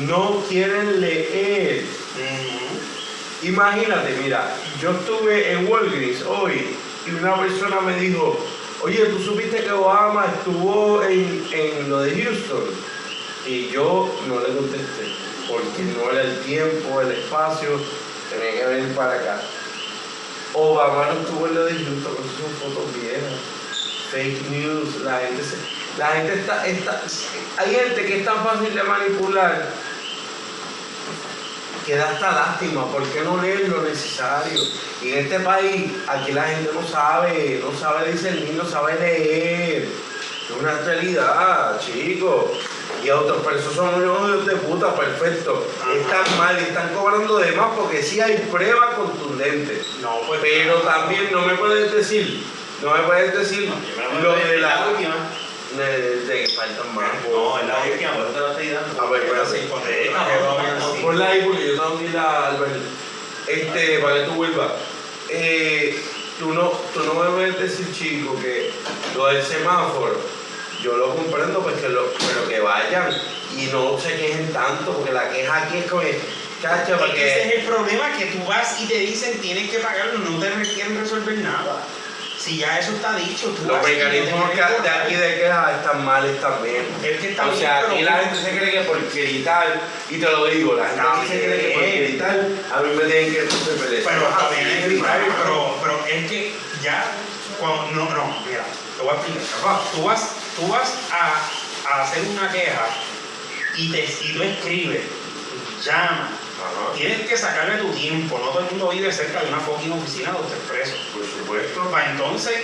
Speaker 2: No quieren leer.
Speaker 3: Ujú.
Speaker 2: Imagínate, mira, yo estuve en Walgreens hoy y una persona me dijo, oye, ¿tú supiste que Obama estuvo en, en lo de Houston? Y yo no le contesté, porque no era el tiempo, el espacio, tenía que venir para acá. Obama no estuvo en lo de Houston, pero eso son fotos viejas, fake news, la gente se- La gente está, está... Hay gente que es tan fácil de manipular que da hasta lástima, ¿por qué no leer lo necesario? Y en este país, aquí la gente no sabe, no sabe discernir, no sabe leer. Es una realidad, chicos. Y otros, pero esos son unos hijos de puta, perfecto. Están mal, están cobrando de más porque sí hay pruebas contundentes.
Speaker 3: No, pues.
Speaker 2: Pero también no me puedes decir, no me puedes decir lo de la... De, de que faltan más.
Speaker 1: No, es la última, por eso te lo estoy dando.
Speaker 2: A ver, Eh, voy a seguir. Ponla ahí porque yo tengo que ir a Albert. Este, para que tú vuelvas. Eh, tú, no, tú no me debes decir, chico, que lo del semáforo, yo lo comprendo, pues que lo, pero que vayan y no se quejen tanto, porque la queja aquí es como, chacha,
Speaker 3: Es que ese
Speaker 2: porque...
Speaker 3: es el problema, que tú vas y te dicen tienes que pagarlo, no te re- quieren resolver nada. Si ya eso está dicho, tú
Speaker 2: Los
Speaker 3: vas y no te
Speaker 2: mecanismos
Speaker 3: quieren
Speaker 2: que de
Speaker 3: cobrar.
Speaker 2: aquí de queja están males también.
Speaker 3: Es que está
Speaker 2: o sea,
Speaker 3: bien,
Speaker 2: aquí
Speaker 3: pero-
Speaker 2: la gente se cree que por gritar, y te lo digo, la gente
Speaker 3: Está
Speaker 2: aquí se cree que por
Speaker 3: bien.
Speaker 2: gritar, a mí me tienen que resolver eso.
Speaker 3: Pero,
Speaker 2: Ah,
Speaker 3: también es
Speaker 2: sí,
Speaker 3: gritar,
Speaker 2: claro.
Speaker 3: pero, pero es que ya, cuando, no, no, mira, te voy a explicar. papá. Tú vas, tú vas a, a hacer una queja y, te, y tú escribes, llama,
Speaker 2: Ajá.
Speaker 3: tienes que sacarle tu tiempo, no todo el mundo vive cerca de una fucking oficina donde estés preso.
Speaker 2: Por supuesto.
Speaker 3: para entonces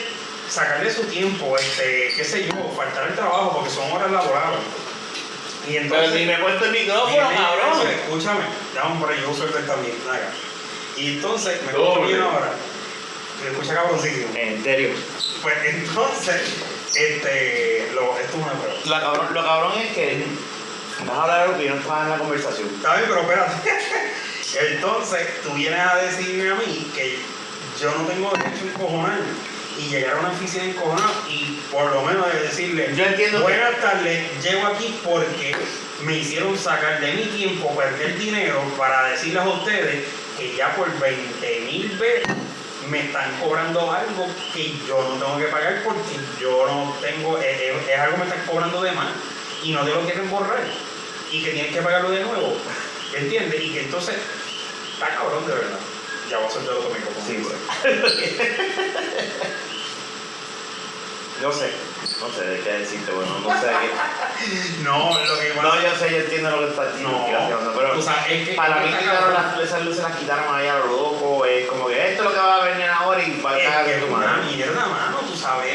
Speaker 3: sacarle su tiempo, este, qué sé yo, faltar el trabajo porque son horas laborables. Y entonces,
Speaker 4: me he puesto el micrófono,
Speaker 3: viene- escúchame, ya hombre, yo uso el de esta mierda acá. Y entonces me
Speaker 2: Doble.
Speaker 3: escucho bien ahora. Me escucha cabroncísimo.
Speaker 1: En serio.
Speaker 3: Pues entonces, este, lo, esto es una prueba.
Speaker 1: La cabrón- lo cabrón es que Vas a hablar de lo que yo no estaba en la conversación.
Speaker 3: Está bien, pero espérate. Entonces, tú vienes a decirme a mí que yo no tengo derecho a encojonarme y llegar a una oficina encojonada y por lo menos de decirle,
Speaker 1: Yo entiendo que-
Speaker 3: buenas tardes, llego aquí porque me hicieron sacar de mi tiempo, perder dinero para decirles a ustedes que ya por 20 mil veces me están cobrando algo que yo no tengo que pagar porque yo no tengo, es, es- es algo que me están cobrando de más y no te lo quieren borrar y que tienes que pagarlo de nuevo, ¿entiendes? Y que entonces está cabrón de verdad. Ya voy a soltar otro micrófono.
Speaker 1: Sí, güey. Yo sé, no sé de qué decirte, bueno, no sé de qué.
Speaker 3: No, lo que
Speaker 1: No, yo sé, yo entiendo lo que estás diciendo,
Speaker 3: No.
Speaker 1: que
Speaker 3: Pues, eh,
Speaker 1: estás haciendo, pero
Speaker 3: O sea, es que.
Speaker 1: para mí quitaron las, esas luces, las quitaron ahí a lo loco, es como que esto es lo que va a venir ahora y va a
Speaker 3: Es
Speaker 1: cagar
Speaker 3: que
Speaker 1: de
Speaker 3: es
Speaker 1: tu
Speaker 3: una
Speaker 1: madre.
Speaker 3: mierda, mano, tú sabes.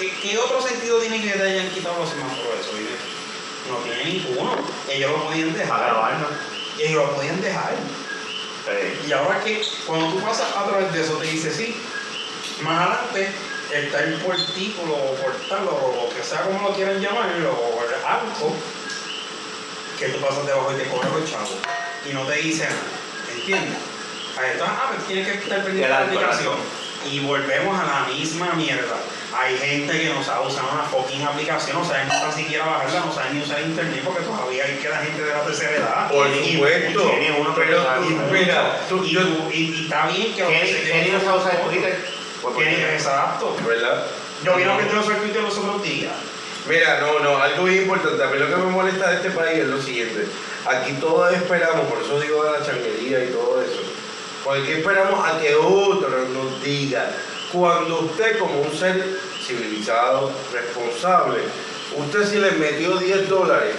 Speaker 3: ¿Qué, qué otro sentido tiene que te hayan quitado los semáforos de eso, dime? No tiene ninguno. Ellos lo podían
Speaker 1: Va a
Speaker 3: dejar.
Speaker 1: grabarnos.
Speaker 3: Ellos lo podían dejar.
Speaker 1: Eh,
Speaker 3: Y ahora que cuando tú pasas a través de eso te dice sí, más adelante está el portículo o portal o lo que sea como lo quieran llamarlo, o el arco, que tú pasas debajo y te cobran los chavos. Y no te dicen nada, ¿entiendes? Ahí está, ah, pues tienes que estar pendiente de la
Speaker 1: arco, el arco.
Speaker 3: aplicación. Y volvemos a la misma mierda. Hay gente que no sabe usar una fucking aplicación, no saben ni tan siquiera bajarla, no saben ni usar internet porque todavía hay que la gente de la tercera edad.
Speaker 2: Por
Speaker 3: Y-
Speaker 2: supuesto.
Speaker 1: tiene uno que
Speaker 2: Pero
Speaker 1: sabe,
Speaker 2: tú,
Speaker 1: ¿no?
Speaker 2: mira, tú,
Speaker 3: y,
Speaker 2: yo,
Speaker 3: tú- y- y está bien que
Speaker 1: Kenny Kenny no sabe usar Twitter. Pues,
Speaker 3: Kenny, exacto.
Speaker 2: ¿verdad?
Speaker 3: Yo vi lo que tú lo subiste los otros días.
Speaker 2: Mira, no, no, algo bien importante. A mí lo que me molesta de este país es lo siguiente. Aquí todos esperamos, por eso digo de la changuería y todo eso. Porque esperamos a que otro nos diga. Cuando usted, como un ser civilizado, responsable, usted si le metió 10 dólares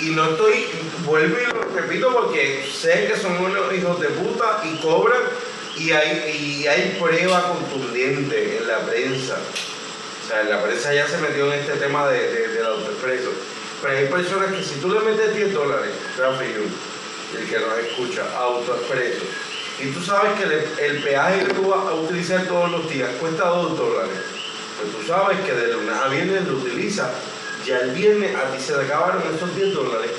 Speaker 2: y no estoy, vuelvo y lo repito porque sé que son unos hijos de puta y cobran y hay, y hay prueba contundente en la prensa. O sea, la prensa ya se metió en este tema de, de, del autoexpreso. Pero hay personas que si tú le metes 10 dólares, Rafi y el que nos escucha, autoexpreso, y tú sabes que le- el peaje que tú vas a utilizar todos los días cuesta 2 dólares, pues tú sabes que de lunes a viernes lo utilizas, ya el viernes a ti se te acabaron esos 10 dólares.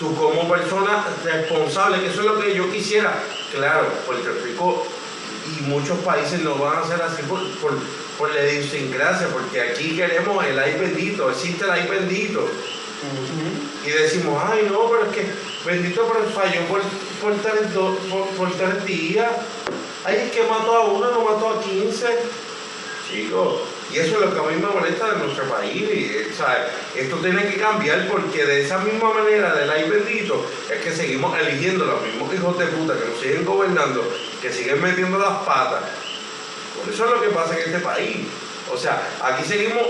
Speaker 2: Tú como persona responsable, que eso es lo que yo quisiera, claro, Puerto Rico y muchos países lo van a hacer así por, por, por la idiosincrasia, porque aquí queremos el ay bendito, existe el ay bendito. Y decimos, ay no, pero es que bendito pero falló por, por, tres, do- por, por tres días. Ay, es que mató a uno, no mató a 15. Chicos, y eso es lo que a mí me molesta de nuestro país. Y, eh, ¿sabes? Esto tiene que cambiar porque de esa misma manera del ay bendito es que seguimos eligiendo los mismos hijos de puta que nos siguen gobernando, que siguen metiendo las patas. Por eso es lo que pasa en este país. O sea, aquí seguimos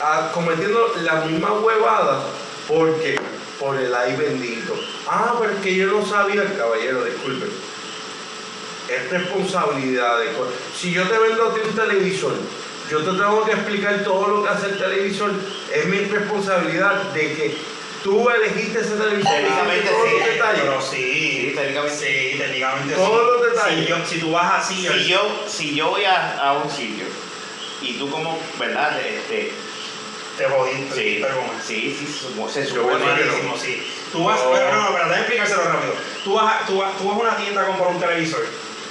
Speaker 2: ah, cometiendo las mismas huevadas porque por el ay bendito. Ah, pero es que yo no sabía, caballero, disculpen. Es responsabilidad de co- Si yo te vendo a ti un televisor, yo te tengo que explicar todo lo que hace el televisor. Es mi responsabilidad de que tú elegiste ese televisor.
Speaker 1: Técnicamente
Speaker 2: Todos los
Speaker 1: sí,
Speaker 2: detalles.
Speaker 3: Pero
Speaker 1: Sí,
Speaker 3: sí,
Speaker 1: técnicamente.
Speaker 3: sí, técnicamente sí.
Speaker 2: Todos los detalles.
Speaker 3: Si, yo- si tú vas así,
Speaker 1: si yo, si yo voy a, a un sitio y tú como, ¿verdad? Este,
Speaker 3: te jodiste.
Speaker 1: sí,
Speaker 3: Pero
Speaker 1: sí, sí, supo- se
Speaker 2: Yo voy
Speaker 1: supone que
Speaker 3: malísimo, sí. Tú vas,
Speaker 2: No.
Speaker 3: pero no, pero déjame explicárselo rápido. Tú vas, a, tú, vas, tú vas a una tienda a comprar un televisor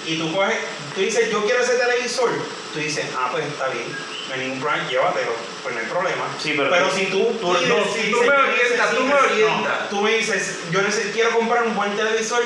Speaker 3: y tú coges, tú dices, yo quiero ese televisor. Tú dices, ah, pues está bien, no hay ningún problema, llévatelo, pues no hay problema.
Speaker 1: Sí, pero-
Speaker 3: si tú,
Speaker 2: Tú- no,
Speaker 3: pides,
Speaker 2: si
Speaker 3: dices,
Speaker 2: tú me
Speaker 3: yo
Speaker 2: orientas, tú me
Speaker 3: necesito-
Speaker 2: orientas.
Speaker 3: no, tú me dices, yo neces- quiero comprar un buen televisor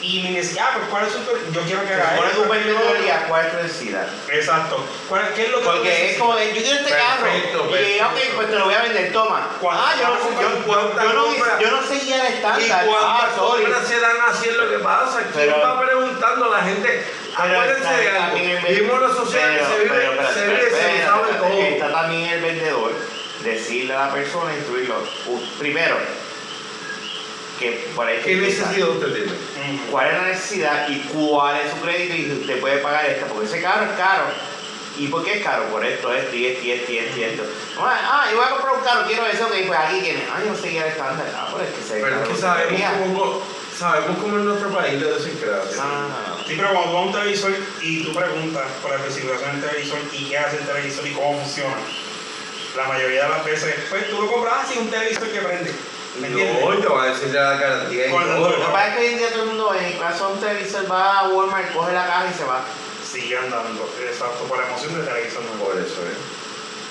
Speaker 3: y me dices, ah, pues cuál es un televisor, yo quiero que
Speaker 1: se
Speaker 3: haga
Speaker 1: supone que
Speaker 3: esto,
Speaker 1: un
Speaker 3: quiero lo otro".
Speaker 1: vendedor y a cuál necesidad.
Speaker 3: Exacto. ¿Cuál, ¿Qué es lo que tú
Speaker 1: Porque es
Speaker 3: necesitas?
Speaker 1: como, de, yo quiero este
Speaker 2: Perfecto,
Speaker 1: carro. Y ok,
Speaker 2: perfecto.
Speaker 1: pues te lo voy a vender, toma.
Speaker 3: ¿Cuánto-
Speaker 1: Ah, yo no, sé- yo,
Speaker 2: cuánto-
Speaker 1: yo no,
Speaker 2: cuánto-
Speaker 1: yo no sé guiar
Speaker 2: ¿Y
Speaker 1: estándar. Ah,
Speaker 2: cuántas
Speaker 1: sorry.
Speaker 2: obras se dan así es lo que pasa? ¿Quién
Speaker 1: Pero-
Speaker 2: va preguntando a la gente?
Speaker 1: Pero
Speaker 2: Acuérdense de
Speaker 1: está-
Speaker 2: algo.
Speaker 1: también el vende-
Speaker 2: Vivimos una sociedad que
Speaker 1: pero-
Speaker 2: se vive,
Speaker 1: pero, espérate,
Speaker 2: se vive,
Speaker 1: espérate,
Speaker 2: se sabe
Speaker 1: espérate,
Speaker 2: todo.
Speaker 1: Está también el vendedor decirle a la persona, instruirlo. U- Primero, que por ahí
Speaker 2: ¿Qué
Speaker 1: que empieza.
Speaker 2: necesidad usted tiene?
Speaker 3: Ujú.
Speaker 1: cuál es la necesidad y cuál es su crédito y si usted puede pagar esta, porque ese carro es caro. ¿Y por qué es caro? Por esto, esto, y esto, y esto, y esto, y esto. Ah, ah, yo voy a comprar un carro, quiero eso, que pues aquí tiene. Ah, yo no sé guiar estándar. Ah, pero es que se
Speaker 2: Pero es que sabemos cómo, sabemos cómo es nuestro país la
Speaker 1: Ah,
Speaker 2: desgracia.
Speaker 1: no, no.
Speaker 3: Sí, pero cuando tú vas a un televisor y tú preguntas por la especificación del televisor y qué hace el "Ah, televisor y cómo funciona, la mayoría de las veces, pues tú lo compras así, un televisor que prende. ¿Me entiendes?
Speaker 2: No, yo voy a decirle a la garantía. y
Speaker 3: Cuando-
Speaker 2: todo.
Speaker 4: Lo que pasa es que hoy en día todo el mundo en casa un televisor va a Walmart, coge la caja y se va.
Speaker 3: Sigue andando, exacto, por la emoción de televisor no
Speaker 2: Por eso, ¿eh?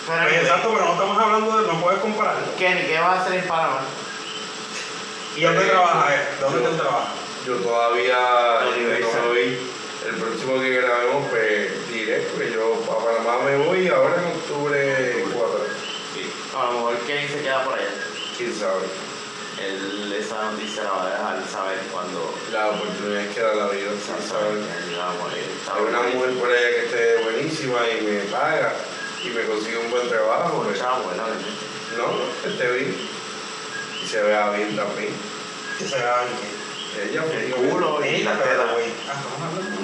Speaker 4: Pero,
Speaker 3: Pues exacto, pero no estamos hablando de, no puedes compararlo.
Speaker 4: Kenny, ¿qué vas a hacer en Panamá?
Speaker 3: ¿Y dónde
Speaker 2: Eh,
Speaker 3: trabajas? eh? ¿Dónde
Speaker 2: yo-
Speaker 3: tú trabajas?
Speaker 2: Yo todavía
Speaker 1: La universidad.
Speaker 2: no me voy. El próximo que grabemos, pues diré, porque yo a Panamá me voy ahora en octubre 4.
Speaker 4: A lo mejor Kenny se queda por allá.
Speaker 2: Quién sabe.
Speaker 4: Él, esa noticia la va a dejar saber cuando
Speaker 2: La oportunidad es que da la vida, quién sabe.
Speaker 4: Kenny va a morir. Está
Speaker 2: Hay una
Speaker 4: bueno.
Speaker 2: mujer por allá que esté buenísima y me paga y me consigue un buen trabajo, pues,
Speaker 4: Chavo, bueno, obviamente.
Speaker 2: ¿no? Que esté bien. Y se vea bien también.
Speaker 3: Que se vea bien.
Speaker 2: Ella,
Speaker 1: El
Speaker 2: pues,
Speaker 1: culo y la
Speaker 3: pero,
Speaker 1: tela.
Speaker 3: güey, ah, estamos hablando de-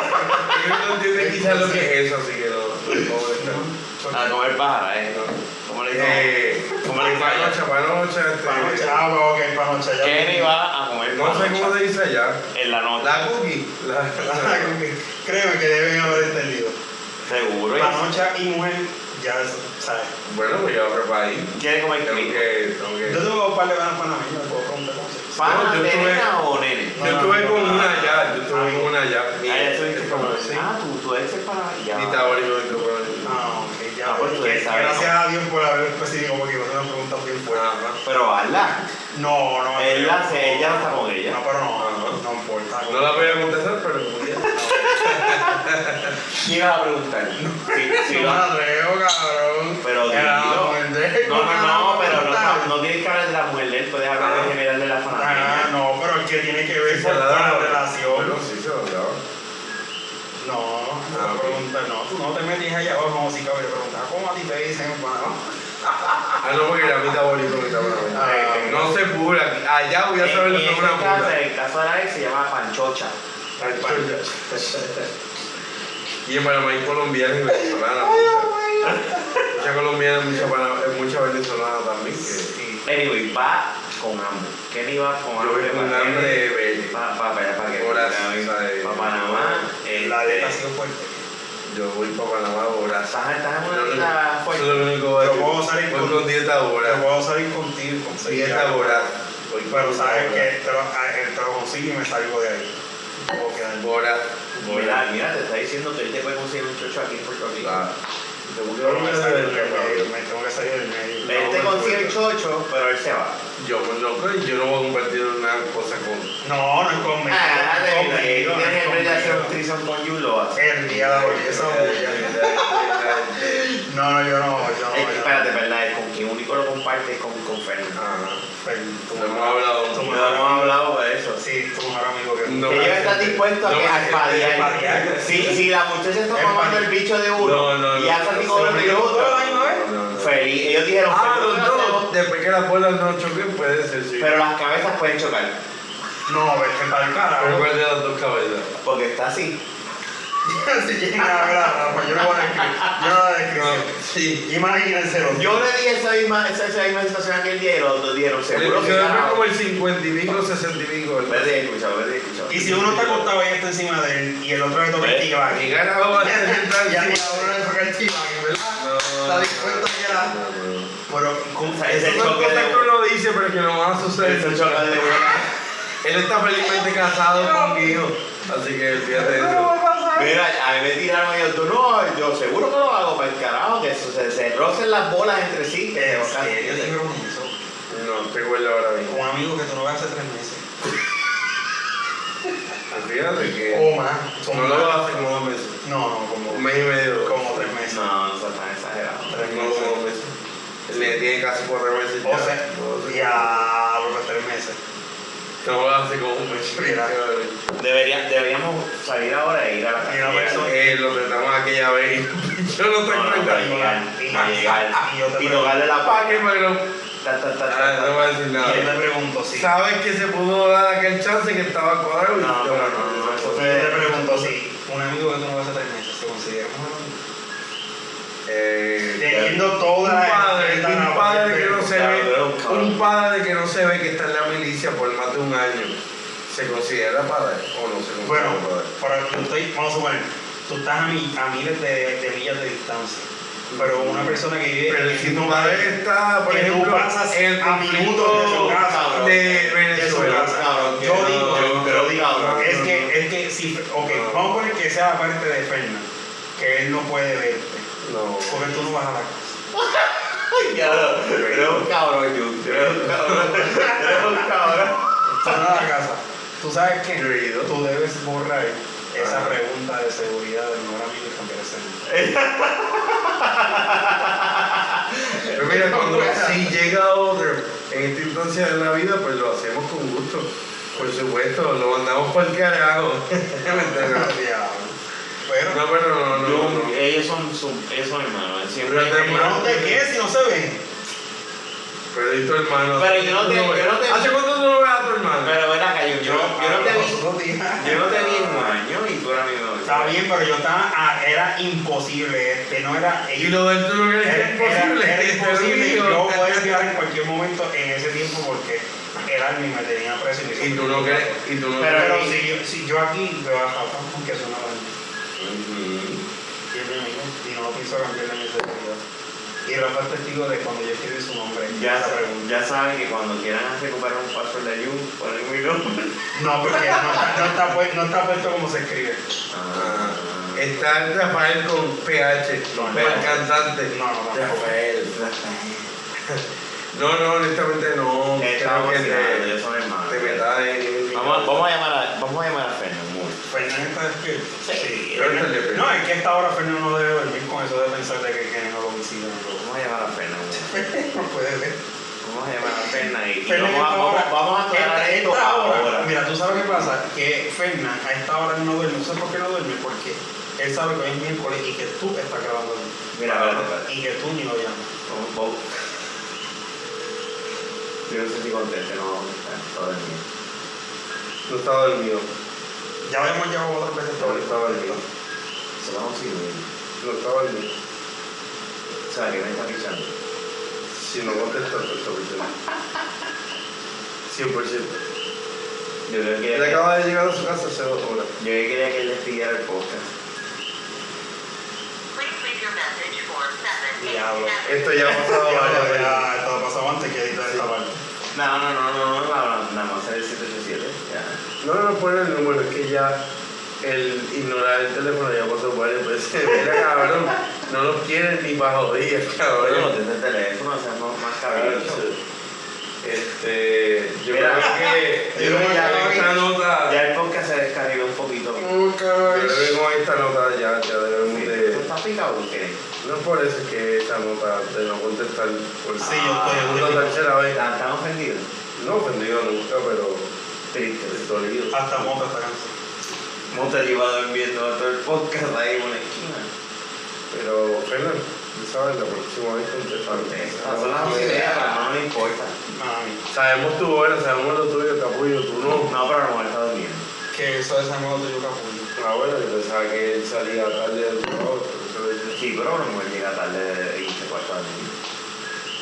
Speaker 2: no entienden quizás lo que es eso, así que no. no voy a estar.
Speaker 1: A comer pájara, ¿eh? ¿Cómo le dicen?
Speaker 2: Eh,
Speaker 1: ¿Cómo le dicen?
Speaker 2: panocha, panocha, este,
Speaker 3: Panocha, ah, ok, panocha, ya.
Speaker 1: Kenny va a comer
Speaker 2: No sé cómo
Speaker 1: panocha
Speaker 2: se dice allá.
Speaker 1: en la noche.
Speaker 2: La cookie. La, la-
Speaker 3: Créeme que deben haber entendido.
Speaker 1: Seguro.
Speaker 3: Panocha y mujer, ya es- sabes.
Speaker 2: Bueno, pues yo hablo para ahí.
Speaker 1: ¿Quiere comer
Speaker 2: Tengo
Speaker 1: crico?
Speaker 2: que. Tengo que...
Speaker 3: Yo tengo un par de ganas panameñas, puedo preguntar cosas.
Speaker 1: ¿Pana,
Speaker 2: yo tuve-
Speaker 1: nena o nene?
Speaker 2: Yo estuve con una allá, yo estuve con una allá.
Speaker 1: Ah, ya estuviste con
Speaker 2: como sí.
Speaker 1: Ah, tú, tú eres para ya.
Speaker 2: Ni taborino, ni taborino.
Speaker 3: Ah, ok, ya.
Speaker 1: Ah, pues tú ya sabes,
Speaker 3: Gracias a Dios por haber específico porque me hace una pregunta bien fuerte.
Speaker 2: Ajá.
Speaker 1: Pero hazla.
Speaker 3: No, no.
Speaker 1: Él la
Speaker 3: no,
Speaker 1: hace, Ah, Ah, ella está con ella.
Speaker 3: No, pero no,
Speaker 2: Ajá.
Speaker 3: no importa.
Speaker 2: No la voy a contestar, pero como ya.
Speaker 1: ¿Qué ibas a preguntar? Sí, sí,
Speaker 3: No me
Speaker 1: no.
Speaker 3: atrevo, cabrón.
Speaker 1: Pero
Speaker 3: Era
Speaker 1: dilo.
Speaker 3: la mujer de-
Speaker 1: No, no, no, pero no,
Speaker 3: Ah,
Speaker 1: no tienes que hablar de la mujer de él, puedes hablar en general de la
Speaker 3: Ah,
Speaker 1: fanática.
Speaker 3: no, pero es que tiene que
Speaker 2: Sí,
Speaker 3: ver
Speaker 2: se
Speaker 3: con
Speaker 2: la
Speaker 3: la
Speaker 2: daba.
Speaker 3: relación.
Speaker 2: Bueno, sí, se la daba.
Speaker 3: No,
Speaker 2: Ah,
Speaker 3: no
Speaker 2: ok.
Speaker 3: pregunta, no, tú no te metes allá abajo, no, sí, cabrón, pregunta, ¿cómo a ti te dicen en Panamá?
Speaker 2: Ah, no, porque era mi taborino, mi taborino. No se pura. Allá voy a saber
Speaker 1: En
Speaker 2: lo que
Speaker 1: en
Speaker 2: es
Speaker 1: este
Speaker 2: una
Speaker 1: caso,
Speaker 2: pura.
Speaker 1: en el caso de la ex se llama Panchocha.
Speaker 2: Y en Panamá hay colombianas y venezolanas. muchas. Muchas colombianas, muchas pana- eh, muchas venezolanas también. que-
Speaker 1: Este,
Speaker 3: Sí.
Speaker 1: Anyway, va con hambre. Kenny va con
Speaker 2: Yo voy
Speaker 1: hambre.
Speaker 2: con
Speaker 1: para
Speaker 2: hambre
Speaker 1: Kenny,
Speaker 2: de Belly.
Speaker 1: pa- pa- para para que
Speaker 2: Horas, eh,
Speaker 1: para Panamá.
Speaker 3: La
Speaker 1: este,
Speaker 3: dieta ha sido fuerte.
Speaker 2: Yo voy para Panamá ahora. Eso
Speaker 1: Estás estás en una
Speaker 2: es
Speaker 1: vida fuerte.
Speaker 2: lo único
Speaker 3: Yo
Speaker 2: que
Speaker 3: puedo salir
Speaker 2: Voy
Speaker 3: con-
Speaker 2: con dieta
Speaker 3: Yo
Speaker 2: ahora.
Speaker 3: puedo salir contigo, conseguir.
Speaker 2: Dieta ahora. Voy
Speaker 3: Pero sabes
Speaker 2: qué?
Speaker 3: que te lo, a- eh, te lo consigo y me salgo de ahí. Puedo quedar.
Speaker 2: Bora.
Speaker 1: Mira, mira, te está diciendo que él te puede conseguir un chocho aquí en Puerto Rico.
Speaker 2: Ah, te voy a
Speaker 3: Pero me, salgo
Speaker 2: volver a
Speaker 3: del medio,
Speaker 2: ver,
Speaker 3: me tengo que salir del medio.
Speaker 1: Él te
Speaker 2: no,
Speaker 1: consigue
Speaker 2: no,
Speaker 1: el chocho, pero él se va.
Speaker 2: Yo pues, no creo, yo no voy a compartir una cosa con.
Speaker 3: No, no es conmigo.
Speaker 1: Ah,
Speaker 3: no es
Speaker 1: de
Speaker 3: conmigo,
Speaker 1: de-
Speaker 3: no es
Speaker 1: de- de- de hacer un
Speaker 3: conmigo.
Speaker 1: threesome con you lo hace.
Speaker 3: El día de hoy, esa bulla. No, no, yo no, yo no.
Speaker 2: Eh,
Speaker 1: Es que,
Speaker 3: yo
Speaker 1: espérate, ¿verdad? Es con quien único lo comparte es con, con Fernando.
Speaker 3: Ah,
Speaker 2: Ajá.
Speaker 3: Tú
Speaker 2: No hemos hablado.
Speaker 1: No
Speaker 3: tú me has-
Speaker 1: hemos hablado de eso.
Speaker 3: Sí, tu mejor amigo que
Speaker 2: No.
Speaker 1: Que ellos están dispuestos a
Speaker 2: No,
Speaker 1: que a
Speaker 2: es-
Speaker 1: padear.
Speaker 3: es padear.
Speaker 1: Si, si la muchacha está
Speaker 3: Es
Speaker 1: mamando
Speaker 3: padear.
Speaker 1: el bicho de uno
Speaker 2: No, no,
Speaker 1: y
Speaker 2: no.
Speaker 1: hace así como
Speaker 3: Se
Speaker 1: los
Speaker 3: metió todo
Speaker 1: minutos,
Speaker 3: ahí, ¿no es?
Speaker 2: No, no.
Speaker 1: feliz. Ellos dijeron,
Speaker 2: Ah,
Speaker 1: "Feliz,
Speaker 2: los
Speaker 1: lo hacemos".
Speaker 2: dos. Después que las bolas no choquen, puede ser, sí.
Speaker 1: pero las cabezas pueden chocar
Speaker 3: No, es que para el
Speaker 2: Pero
Speaker 3: carajo.
Speaker 2: ¿cuál de las dos cabezas?
Speaker 1: porque está así.
Speaker 3: Si llegan a hablar, pues yo no voy a describir. Yo no voy a describir.
Speaker 2: Sí.
Speaker 3: Imagínense los
Speaker 1: Yo le di esa misma, esa, esa misma situación aquel día y los dos dijeron, seguro
Speaker 2: Pero
Speaker 1: que
Speaker 2: se
Speaker 1: ya
Speaker 2: duerme
Speaker 1: no".
Speaker 2: como el 50 y pico, 60 y pico. ¿verdad?
Speaker 1: Vete, escucha, vete, escucha.
Speaker 3: Y si uno está acostado y está encima de él y el otro le toca el
Speaker 1: Ve.
Speaker 3: tibán.
Speaker 2: Y gana va a
Speaker 3: Ya
Speaker 2: tener
Speaker 3: ni a
Speaker 2: tal-
Speaker 3: uno le toca el tibán, ¿verdad?
Speaker 2: No,
Speaker 3: Está dispuesto que
Speaker 2: no,
Speaker 3: era.
Speaker 2: no, no.
Speaker 3: Pero, ¿cómo
Speaker 1: sea, ese
Speaker 2: Esas son
Speaker 1: choque
Speaker 2: cosas
Speaker 1: de-
Speaker 2: que uno dice, pero que no van a
Speaker 1: Ese
Speaker 2: suceder.
Speaker 1: choque de bola.
Speaker 2: Él está felizmente casado conmigo, así que fíjate eso.
Speaker 1: Mira, a mí me tiraron ellos, tú no, yo seguro que lo hago para el carajo, que eso, se, se rocen las bolas entre sí. Que
Speaker 3: En
Speaker 1: se rocen.
Speaker 3: serio, te dijeron eso.
Speaker 2: No, te huele ahora mismo.
Speaker 3: Con un amigo que tú no ves hace tres meses.
Speaker 2: Pues Fíjate que
Speaker 3: O más.
Speaker 2: Oh, no lo vas a hacer como dos meses.
Speaker 3: No, no, como,
Speaker 2: Un mes y medio.
Speaker 3: como tres meses.
Speaker 1: No, no seas tan exagerado.
Speaker 3: Tres
Speaker 2: No, como dos
Speaker 3: meses.
Speaker 2: meses. Le tiene casi cuatro meses.
Speaker 3: O
Speaker 2: ya.
Speaker 3: sea,
Speaker 2: No, sí.
Speaker 3: ya los tres meses.
Speaker 2: No lo vas a hacer como un mes.
Speaker 3: Mira.
Speaker 1: Debería- deberíamos salir ahora e ir a la
Speaker 3: Y una
Speaker 1: casa.
Speaker 3: persona-
Speaker 2: Eh, lo tratamos aquella vez. Yo no estoy
Speaker 1: No, no, para
Speaker 2: cuenta.
Speaker 1: llegar, para llegar.
Speaker 3: Y yo te
Speaker 1: Y tocarle la
Speaker 2: ¿Para qué, pero?
Speaker 1: Ta, ta, ta,
Speaker 2: Ah,
Speaker 1: ta,
Speaker 2: No
Speaker 1: ta.
Speaker 2: voy a decir
Speaker 3: Y yo
Speaker 2: nada.
Speaker 3: te pregunto si.
Speaker 2: ¿Sabes que se pudo dar aquel chance que estaba cuadrado? y-
Speaker 1: No, pero no, no,
Speaker 3: Yo
Speaker 1: eso
Speaker 3: te
Speaker 1: es-
Speaker 3: pregunto si un amigo que tú no vas a tres meses se considera un amigo.
Speaker 2: Eh,
Speaker 3: Teniendo
Speaker 2: un
Speaker 3: toda
Speaker 2: padre,
Speaker 3: esta
Speaker 2: un
Speaker 3: labor,
Speaker 2: padre que no
Speaker 3: pero-
Speaker 2: se
Speaker 1: Claro,
Speaker 2: ve,
Speaker 1: pero es un cabrón.
Speaker 2: un padre que no se ve que está en la milicia por más de un año, ¿se considera padre o no se considera
Speaker 3: Bueno,
Speaker 2: padre?
Speaker 3: para tú estoy, vamos a suponer, tú estás a, mi- a miles de, de millas de distancia, pero una persona que vive
Speaker 2: Pero si tu padre está, por
Speaker 3: que tú
Speaker 2: ejemplo,
Speaker 3: pasas
Speaker 2: en el
Speaker 3: a minutos de su
Speaker 2: conflicto
Speaker 3: casa,
Speaker 1: cabrón,
Speaker 2: de
Speaker 3: de su
Speaker 2: Venezuela,
Speaker 3: casa.
Speaker 1: Cabrón, que
Speaker 3: Yo
Speaker 1: no,
Speaker 3: digo,
Speaker 1: yo- pero cabrón,
Speaker 3: es
Speaker 2: Ah, no, no.
Speaker 3: que, es que, si, ok,
Speaker 2: No.
Speaker 3: vamos a poner que sea la parte de Fernan, que él no puede verte,
Speaker 2: no.
Speaker 3: porque tú no vas a la casa.
Speaker 1: Ay, cabrón, eres un cabrón, Jun, eres un cabrón, eres un cabrón.
Speaker 3: Tú no vas a la casa. Tú sabes que
Speaker 2: Yo he ido.
Speaker 3: tú debes borrar esa
Speaker 2: Ah.
Speaker 3: pregunta de seguridad del mejor amigo y cambiar ese nombre.
Speaker 2: Pero mira, cuando si llega otro en esta instancia de la vida, pues lo hacemos con gusto. Por supuesto, lo mandamos por el carajo.
Speaker 3: Pero,
Speaker 2: No, pero no, no, no.
Speaker 1: Jun, ellos son, son- ellos son hermanos, él siempre.
Speaker 2: Pero te-
Speaker 3: ¿pero ¿dónde qué? Si no se ven.
Speaker 2: Pero ¿y tu hermano?
Speaker 1: Pero yo no te-
Speaker 2: ¿Tú lo ves?
Speaker 1: yo no te-
Speaker 2: ¿Hace cuánto tú no ves a tu hermano?
Speaker 1: Pero ven acá, Jun, yo, yo no te vi, yo no te vi en un año y tú eras mi novio.
Speaker 3: Está bien, pero yo estaba. ah, era imposible. Este no era.
Speaker 2: Y lo del tú no crees que
Speaker 3: era,
Speaker 2: es imposible. este
Speaker 3: era- era
Speaker 2: que esté
Speaker 3: imposible.
Speaker 2: unido.
Speaker 3: Yo podía llegar en cualquier momento en ese tiempo porque era mi me tenía preso y me hizo-
Speaker 2: Y tú no crees. Y tú no
Speaker 3: Pero,
Speaker 2: crees.
Speaker 3: pero si, yo, si yo aquí veo a Rafa con que sonaba y no lo pienso cambiar de mi seguridad. Y Rafa es testigo de cuando yo escribí su nombre.
Speaker 1: Ya,
Speaker 3: esa pregunta.
Speaker 1: ya saben que cuando quieran recuperar un password de Jun, ponen mi nombre.
Speaker 3: No, porque no, está- no está, pu- no está puesto como se escribe.
Speaker 2: Ah, Está el Rafael con PH,
Speaker 3: No,
Speaker 2: pero el
Speaker 3: no.
Speaker 2: cantante.
Speaker 3: No, no, no.
Speaker 2: Rafael. No, no, honestamente no.
Speaker 1: Eh,
Speaker 2: Creo
Speaker 1: Estamos
Speaker 2: que
Speaker 1: vacilando,
Speaker 2: te,
Speaker 1: ellos son hermanos.
Speaker 2: te metas en.
Speaker 1: Vamos, vamos a llamar a, vamos a llamar a Fernan Moore.
Speaker 3: Fernández está despierto.
Speaker 1: Sí.
Speaker 2: Pero este es el de
Speaker 3: No, es que a esta hora Fernando no debe dormir con eso de pensar de que Kenny no lo visita.
Speaker 1: Vamos a llamar a Fernan Moore.
Speaker 3: No puede ver.
Speaker 1: Vamos a llamar a Fernan y, y
Speaker 3: Fernan
Speaker 1: vamos, a-
Speaker 3: esta hora-
Speaker 1: vamos, vamos a aclarar
Speaker 3: esta-
Speaker 1: esto
Speaker 3: esta hora-
Speaker 1: ahora.
Speaker 3: Mira, tú sabes qué pasa, que Fernan a esta hora no duerme. No sé por qué no duerme, porque él sabe que hoy es miércoles y que tú estás grabando. aquí.
Speaker 1: Mira, espérate, espérate.
Speaker 3: Y que tú ni lo llamas.
Speaker 1: Vamos, vamos. Yo no sé si conteste, no vamos a contestar. Todo el día.
Speaker 2: No estaba dormido.
Speaker 3: Ya habíamos llamado otras veces
Speaker 2: No
Speaker 3: todo
Speaker 2: estaba dormido.
Speaker 1: Se lo vamos a ir.
Speaker 2: No estaba dormido.
Speaker 1: O sea, que me está pichando.
Speaker 2: Si no pues. contestas, te está pidiendo. 100%.
Speaker 1: Yo creo que
Speaker 2: Él acaba de llegar a su casa hace dos horas.
Speaker 1: yo quería que él despidiera el podcast.
Speaker 5: Please leave your message for
Speaker 3: Diablo.
Speaker 5: 787.
Speaker 2: Esto ya ha pasado varias
Speaker 3: Ya,
Speaker 2: veces.
Speaker 3: ya, esto ha pasado antes que editar esta parte.
Speaker 1: No, no, no, no, no, no, no, nada más era el 787. Ya.
Speaker 2: No, no, no ponen el número, es que ya el ignorar el teléfono ya pasó varias veces. Mira, cabrón, no lo quieren ni para joder,
Speaker 1: Oye, no
Speaker 2: cabrón.
Speaker 1: tienes el teléfono, o sea, no, más cabello.
Speaker 2: Este, yo
Speaker 1: Mira,
Speaker 2: creo que
Speaker 1: yo
Speaker 2: yo
Speaker 1: creo que
Speaker 2: ya
Speaker 1: ya
Speaker 2: con
Speaker 1: vi.
Speaker 2: esta nota,
Speaker 1: Ya el podcast se descarriló un poquito.
Speaker 2: yo creo que con esta nota ya, ya debemos
Speaker 1: ¿Tú
Speaker 2: de...
Speaker 1: estás picado o qué?
Speaker 2: No por eso es que esta nota de no contestar por
Speaker 3: Sí,
Speaker 1: Ah,
Speaker 3: yo
Speaker 2: una
Speaker 3: estoy
Speaker 2: tercera vez.
Speaker 1: ¿Estás estás ofendido?
Speaker 2: No ofendido nunca, pero
Speaker 1: Triste.
Speaker 2: dolido.
Speaker 3: Hasta moto está cansado.
Speaker 1: Monta llevado viendo a todo el podcast ahí en una esquina.
Speaker 2: Pero, Fernan, tú sabes, la próxima vez contestar.
Speaker 1: Son las ideas, pero no le importa.
Speaker 3: Nada, mira,
Speaker 2: Sabemos tu hora, sabemos lo tuyo, te apoyo, tú no.
Speaker 1: No, pero la mujer está durmiendo.
Speaker 3: Que eso de San Juan de Yuca Puyo.
Speaker 2: Ahora yo pensaba que él salía tarde del trabajo, pero se lo dije.
Speaker 1: Sí, pero la mujer llega tarde y se cuesta dormir.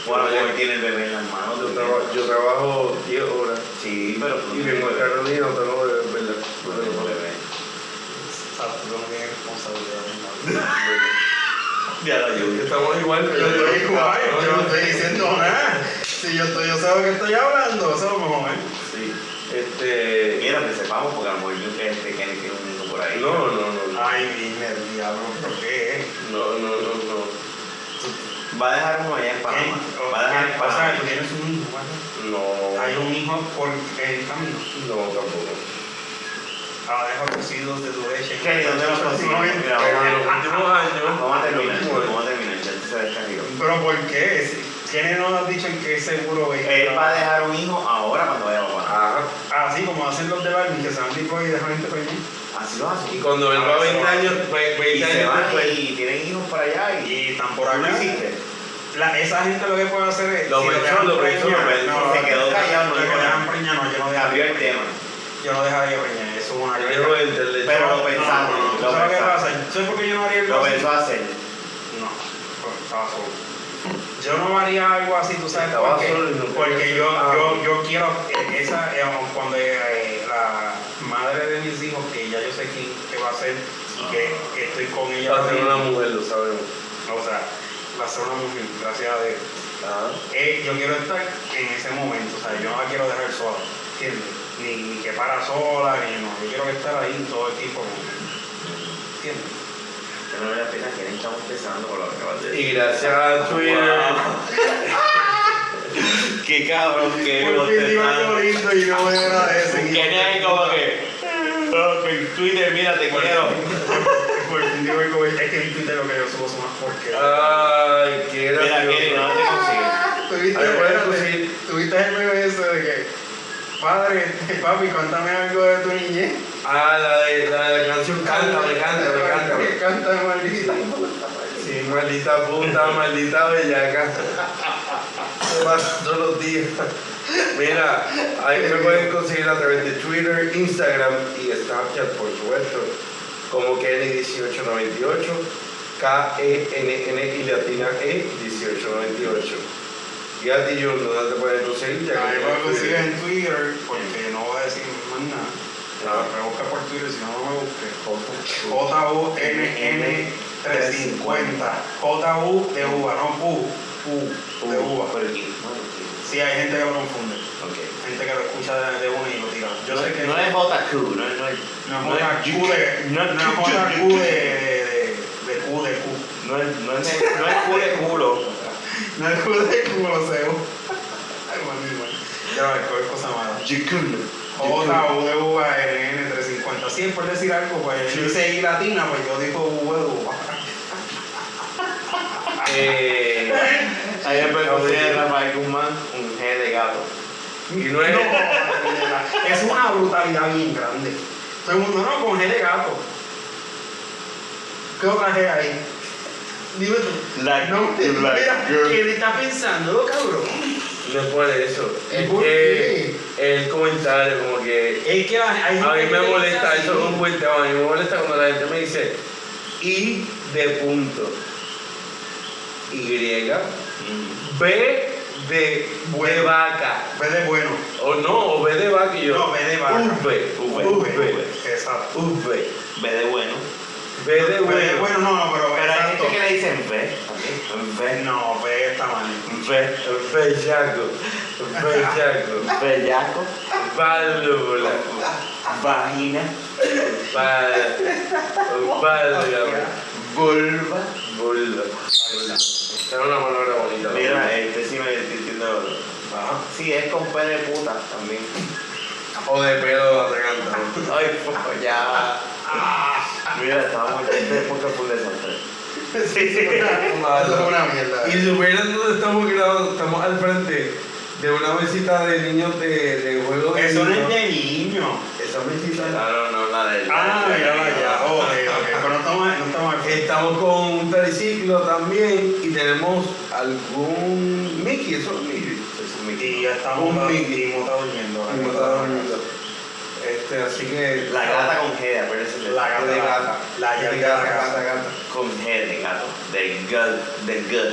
Speaker 1: Bueno, la mujer tiene el bebé en las manos.
Speaker 2: Yo,
Speaker 1: durmiendo.
Speaker 2: traba- yo trabajo 10 horas
Speaker 1: Sí, pero tú
Speaker 2: y
Speaker 1: no
Speaker 2: vengo
Speaker 1: tienes
Speaker 2: a
Speaker 1: bebé.
Speaker 2: Carolina, no tengo bebé, es ¿verdad?
Speaker 1: No tienes bebé.
Speaker 3: Exacto, tú no tienes responsabilidad en la vida.
Speaker 1: Ya la lluvia.
Speaker 2: Estamos igual, pero
Speaker 3: Yo estoy igual,
Speaker 2: No,
Speaker 3: yo no
Speaker 2: no,
Speaker 3: estoy diciendo nada. Si yo estoy, yo sé lo que estoy hablando, eso es lo mejor. ¿eh?
Speaker 2: Sí, este...
Speaker 1: Mira, que sepamos, porque a lo mejor yo que este Kenny tiene un hijo por ahí.
Speaker 2: No, no, no, no,
Speaker 3: Ay, dime el diablo, ¿por qué?
Speaker 2: no, no, no, no,
Speaker 1: Va a dejar uno allá en Panamá.
Speaker 3: ¿Qué?
Speaker 1: Va a dejar en
Speaker 3: O sea,
Speaker 1: Panamá.
Speaker 3: tú tienes un hijo, ¿verdad?
Speaker 2: no,
Speaker 3: Hay un hijo por el camino.
Speaker 2: no, tampoco.
Speaker 3: Ah, deja residuos de tu leche.
Speaker 1: Kenny, ¿dónde los conseguimos?
Speaker 2: Pero
Speaker 1: Mira,
Speaker 2: en
Speaker 1: vamos
Speaker 2: los últimos años...
Speaker 1: a- vamos a terminar.
Speaker 2: los últimos
Speaker 1: Vamos a terminar. Ya se descarriló.
Speaker 3: Pero ¿por qué? Si- ¿Quiénes no nos han dicho en qué seguro es?
Speaker 1: Él va a dejar un hijo ahora cuando vaya a Panamá.
Speaker 2: Ajá.
Speaker 3: Así como hacen los del Army, que se han dicho y dejan gente por ahí.
Speaker 1: Así lo hacen.
Speaker 2: Y cuando él va a 20 años, ve-
Speaker 1: Y
Speaker 2: 20
Speaker 1: se
Speaker 2: años
Speaker 1: van
Speaker 2: después,
Speaker 1: y tienen hijos para allá y,
Speaker 3: Y tan
Speaker 1: por
Speaker 3: por acá.
Speaker 1: hiciste.
Speaker 3: La, esa gente lo que puede hacer es.
Speaker 2: Lo pensó,
Speaker 3: dejan
Speaker 2: lo
Speaker 3: preñar,
Speaker 2: pensó, lo pensó,
Speaker 3: no,
Speaker 1: se quedó callado, no
Speaker 3: Lo
Speaker 1: dijo
Speaker 3: dejan
Speaker 1: nada.
Speaker 3: preñar, no, yo no
Speaker 1: Cambió
Speaker 3: dejaría.
Speaker 1: el tema.
Speaker 3: Yo no dejaría preñar, eso es una
Speaker 2: yo no enteré.
Speaker 1: Pero lo
Speaker 3: No,
Speaker 1: pensaste,
Speaker 3: no, no,
Speaker 1: lo
Speaker 3: ¿Sabes qué
Speaker 1: pensaste.
Speaker 3: pasa? ¿Sabes por qué yo no haría
Speaker 1: Lo
Speaker 3: algo así?
Speaker 1: pensó hacer.
Speaker 3: No, porque estaba solo. Yo no haría algo así, tú sabes
Speaker 2: Estaba
Speaker 3: por qué.
Speaker 2: solo y no
Speaker 3: Porque
Speaker 2: quería
Speaker 3: yo,
Speaker 2: hacer
Speaker 3: yo, yo quiero, eh, esa, eh, cuando eh, la madre de mis hijos, que ya yo sé quién que va a ser y que estoy con ella,
Speaker 2: Va a ser
Speaker 3: también,
Speaker 2: una mujer, lo sabemos.
Speaker 3: o sea, va a ser una mujer, gracias a Dios.
Speaker 1: Ah.
Speaker 2: Ajá.
Speaker 3: Eh, yo quiero estar en ese momento, o sea, yo no la quiero dejar sola, ¿entiendes? Ni, ni que para sola, ni no, yo quiero estar ahí todo el tiempo, con ella, ¿entiendes?
Speaker 1: Que no vale la pena que ni estamos pensando por lo que acabas de decir.
Speaker 2: Y gracias a Twitter.
Speaker 1: Qué cabrón que
Speaker 3: Por fin digo algo
Speaker 1: contestando.
Speaker 3: lindo y no me agradecen.
Speaker 1: Que nadie como que. "Ah, En Twitter, mira, te quiero.
Speaker 3: Por fin digo algo lindo. Es que en Twitter lo que yo subo son más porquerías.
Speaker 2: Ay, qué
Speaker 1: Mira, Kenny,
Speaker 2: gracioso.
Speaker 1: no te consigues.
Speaker 3: ¿Tuviste,
Speaker 2: Ay, bueno, pues sí.
Speaker 3: ¿Tuviste el meme ese de que, padre, papi, cuéntame algo de tu niñez?
Speaker 2: Ah, la de la, de la canción Cántame, cántame, cántame.
Speaker 3: Cántame, maldita.
Speaker 2: Sí, maldita puta, maldita bellaca. Más todos los días. Mira, ahí me pueden conseguir a través de Twitter, Instagram y Snapchat, por supuesto, como Kenny1898, K-E-N-N E y latina E E1898. Y a ti, Jun, ¿dónde te pueden conseguir? Ya que
Speaker 3: Ahí
Speaker 2: no
Speaker 3: me consigue
Speaker 2: estoy-
Speaker 3: en Twitter, porque no voy a decir más nada.
Speaker 2: Ah.
Speaker 3: Me busca por Twitter, si no, no me busques. J-U-N-N-350. J-U de uva, no U. U de uva.
Speaker 1: Pero aquí, bueno, aquí.
Speaker 3: Sí, hay gente que lo confunde.
Speaker 1: Ok.
Speaker 3: Gente que lo escucha de, de una y lo tira. Yo sé que
Speaker 1: No es JQ, no es. No es
Speaker 3: no
Speaker 1: no
Speaker 3: es una Q de.
Speaker 1: no es-
Speaker 3: No es una Q de, de, de, de Q de Q.
Speaker 1: No es, no es, no es Q de culo.
Speaker 3: No es Q de Q, lo sé. Ay, mami, mami. Ya no, es cosa mala. J, U de uva, R, N, 350. Sí, por decir algo, pues yo hice I latina, pues yo digo U de uva.
Speaker 2: Eh,
Speaker 1: Ahí me consigue Rafael Guzmán un G de gato.
Speaker 2: y no es.
Speaker 3: No, es una brutalidad bien grande. Todo el mundo, no, con G de gato. ¿Qué otra G hay? Dime tú.
Speaker 1: Like-
Speaker 3: no,
Speaker 1: like
Speaker 3: mira,
Speaker 1: girl.
Speaker 3: ¿qué le está pensando, cabrón?
Speaker 2: No es por eso. Es
Speaker 3: ¿Por
Speaker 2: que el comentario, como que
Speaker 3: Es que la- hay
Speaker 2: A mí
Speaker 3: gente
Speaker 2: me
Speaker 3: que le
Speaker 2: molesta,
Speaker 3: dice
Speaker 2: eso
Speaker 3: así.
Speaker 2: es un buen tema, a mí me molesta cuando la gente me dice I de punto, Y, B de, de vaca,
Speaker 3: Ve de bueno.
Speaker 2: o no, o B de vaca y yo.
Speaker 3: No, ve de vaca.
Speaker 2: V,
Speaker 1: V,
Speaker 2: V,
Speaker 3: V.
Speaker 2: V,
Speaker 3: Exacto.
Speaker 2: V,
Speaker 1: B de bueno.
Speaker 2: B de
Speaker 3: Ve de
Speaker 2: bueno.
Speaker 3: bueno, no, no, pero,
Speaker 1: Pero hay
Speaker 3: exacto.
Speaker 1: gente que le dicen B. también. B.
Speaker 3: No, ve está mal.
Speaker 1: B.
Speaker 2: Bellaco, bellaco,
Speaker 1: Bellaco.
Speaker 2: válvula,
Speaker 1: Vagina.
Speaker 2: val-
Speaker 3: Ah,
Speaker 2: válgame,
Speaker 1: Vulva.
Speaker 2: vulva. Es una palabra bonita. ¿no?
Speaker 1: Mira, este sí me estoy diciendo.
Speaker 2: Ajá.
Speaker 1: Sí, es con P de puta también.
Speaker 2: O de pedo atraganta.
Speaker 1: Ay, pues ya. Mira, estábamos en este podcast fue un desastre.
Speaker 3: Eso es una mierda.
Speaker 2: Y si hubieran dónde estamos grabados, estamos al frente de una mesita de niños de, de juego de
Speaker 3: Eso no es
Speaker 2: niños.
Speaker 3: de niño.
Speaker 2: Esa mesita. Claro, no, la de
Speaker 3: Ah, mira, vaya. Joder, ok. Pero no estamos, no estamos aquí.
Speaker 2: Estamos con un triciclo también y tenemos algún Mickey, eso es Mickey.
Speaker 3: Y ya estamos
Speaker 2: Un
Speaker 3: montado-
Speaker 2: Mickey.
Speaker 3: y montado durmiendo.
Speaker 2: Y me está dormido. Este, así que.
Speaker 1: La gata con G, de, acuérdense. de-
Speaker 3: La
Speaker 2: La de gata.
Speaker 3: La llave de la
Speaker 2: gata,
Speaker 3: casa.
Speaker 2: gata, gata.
Speaker 1: Con G de gato. De gut. De gut.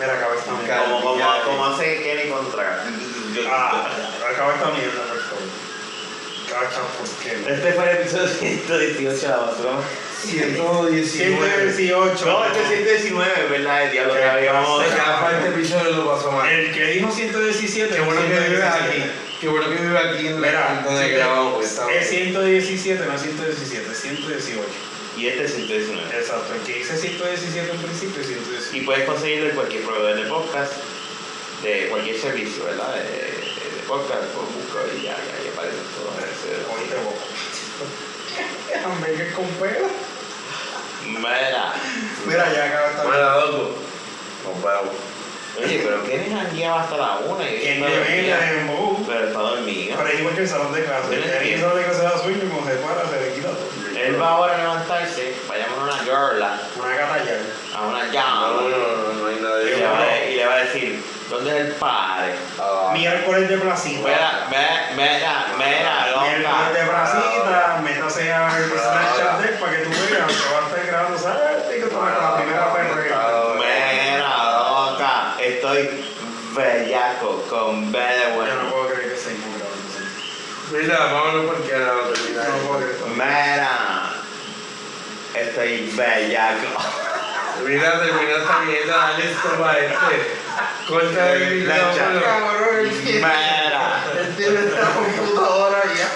Speaker 3: Mira, acaba esta mierda.
Speaker 1: Como, como, como hace Kenny contra.
Speaker 3: Ah, acaba esta mierda, por favor. Cacha, ¿por qué?
Speaker 2: Eh,
Speaker 1: Este fue el episodio 118 de la basura.
Speaker 2: 119.
Speaker 3: 118.
Speaker 1: No, este es 119, ¿verdad? El diablo que habíamos.
Speaker 2: Ya para este episodio lo pasó mal.
Speaker 3: El que dijo 117.
Speaker 2: Qué bueno que vive
Speaker 3: 117.
Speaker 2: aquí. Qué bueno que vive aquí en
Speaker 3: Mira,
Speaker 2: la donde
Speaker 3: sí,
Speaker 2: grabamos. pues, está
Speaker 3: Es
Speaker 2: bien.
Speaker 3: 117, no es 117, 118.
Speaker 1: Y este es 119.
Speaker 3: Exacto, el que dice 117 al principio es 117.
Speaker 1: Y puedes conseguirlo en cualquier proveedor de podcast, de cualquier servicio, ¿verdad? De, de- de podcast, pues busco y ya, ya, ya aparecen todos. ese-
Speaker 3: Oíste vos. Hamburger con pelo.
Speaker 1: Mira.
Speaker 3: Mira, ya acaba esta mierda.
Speaker 2: Mala, loco. Nos vamos.
Speaker 1: Oye, pero ¿quién es aquí hasta la una? Y
Speaker 3: Que
Speaker 1: está
Speaker 3: me venga
Speaker 1: dormida.
Speaker 3: en bow.
Speaker 1: Pero está dormida.
Speaker 3: Pero es igual que el salón de clase.
Speaker 1: Mira,
Speaker 3: El
Speaker 1: bien.
Speaker 3: salón de clase da sueño y cuando se para se le quita todo.
Speaker 1: Eh,
Speaker 4: Él va ahora a levantarse, vayamos a una girla,
Speaker 3: Una gata ya.
Speaker 4: a una
Speaker 2: No, no,
Speaker 4: llama,
Speaker 2: no, no hay nadie.
Speaker 1: Y le, va a, y le va a decir, ¿dónde es el padre?
Speaker 2: Ah,
Speaker 3: Miércoles de placita.
Speaker 4: Mira, mira, mira, mira,
Speaker 3: Miércoles de
Speaker 4: loca.
Speaker 3: placita, métase a el
Speaker 2: Brava.
Speaker 3: Snapchat de él para que tú veas que va a estar grabando, ¿sabes? Que tú vas a la primera perra.
Speaker 2: ah,
Speaker 4: Mira, loca. Estoy bellaco con B de
Speaker 3: Yo no
Speaker 4: bueno.
Speaker 3: puedo creer que seguimos grabando. sí.
Speaker 2: Mira, vámonos porque no termina
Speaker 3: No
Speaker 2: esto.
Speaker 3: puedo creer.
Speaker 4: Mira, estoy bellaco.
Speaker 2: Mira, termina esta mierda, dale esto para este. Corta el video.
Speaker 1: Plancha.
Speaker 2: pero-
Speaker 3: Cabrón, el que-
Speaker 4: Mira,
Speaker 3: el tiene esta computadora y ya.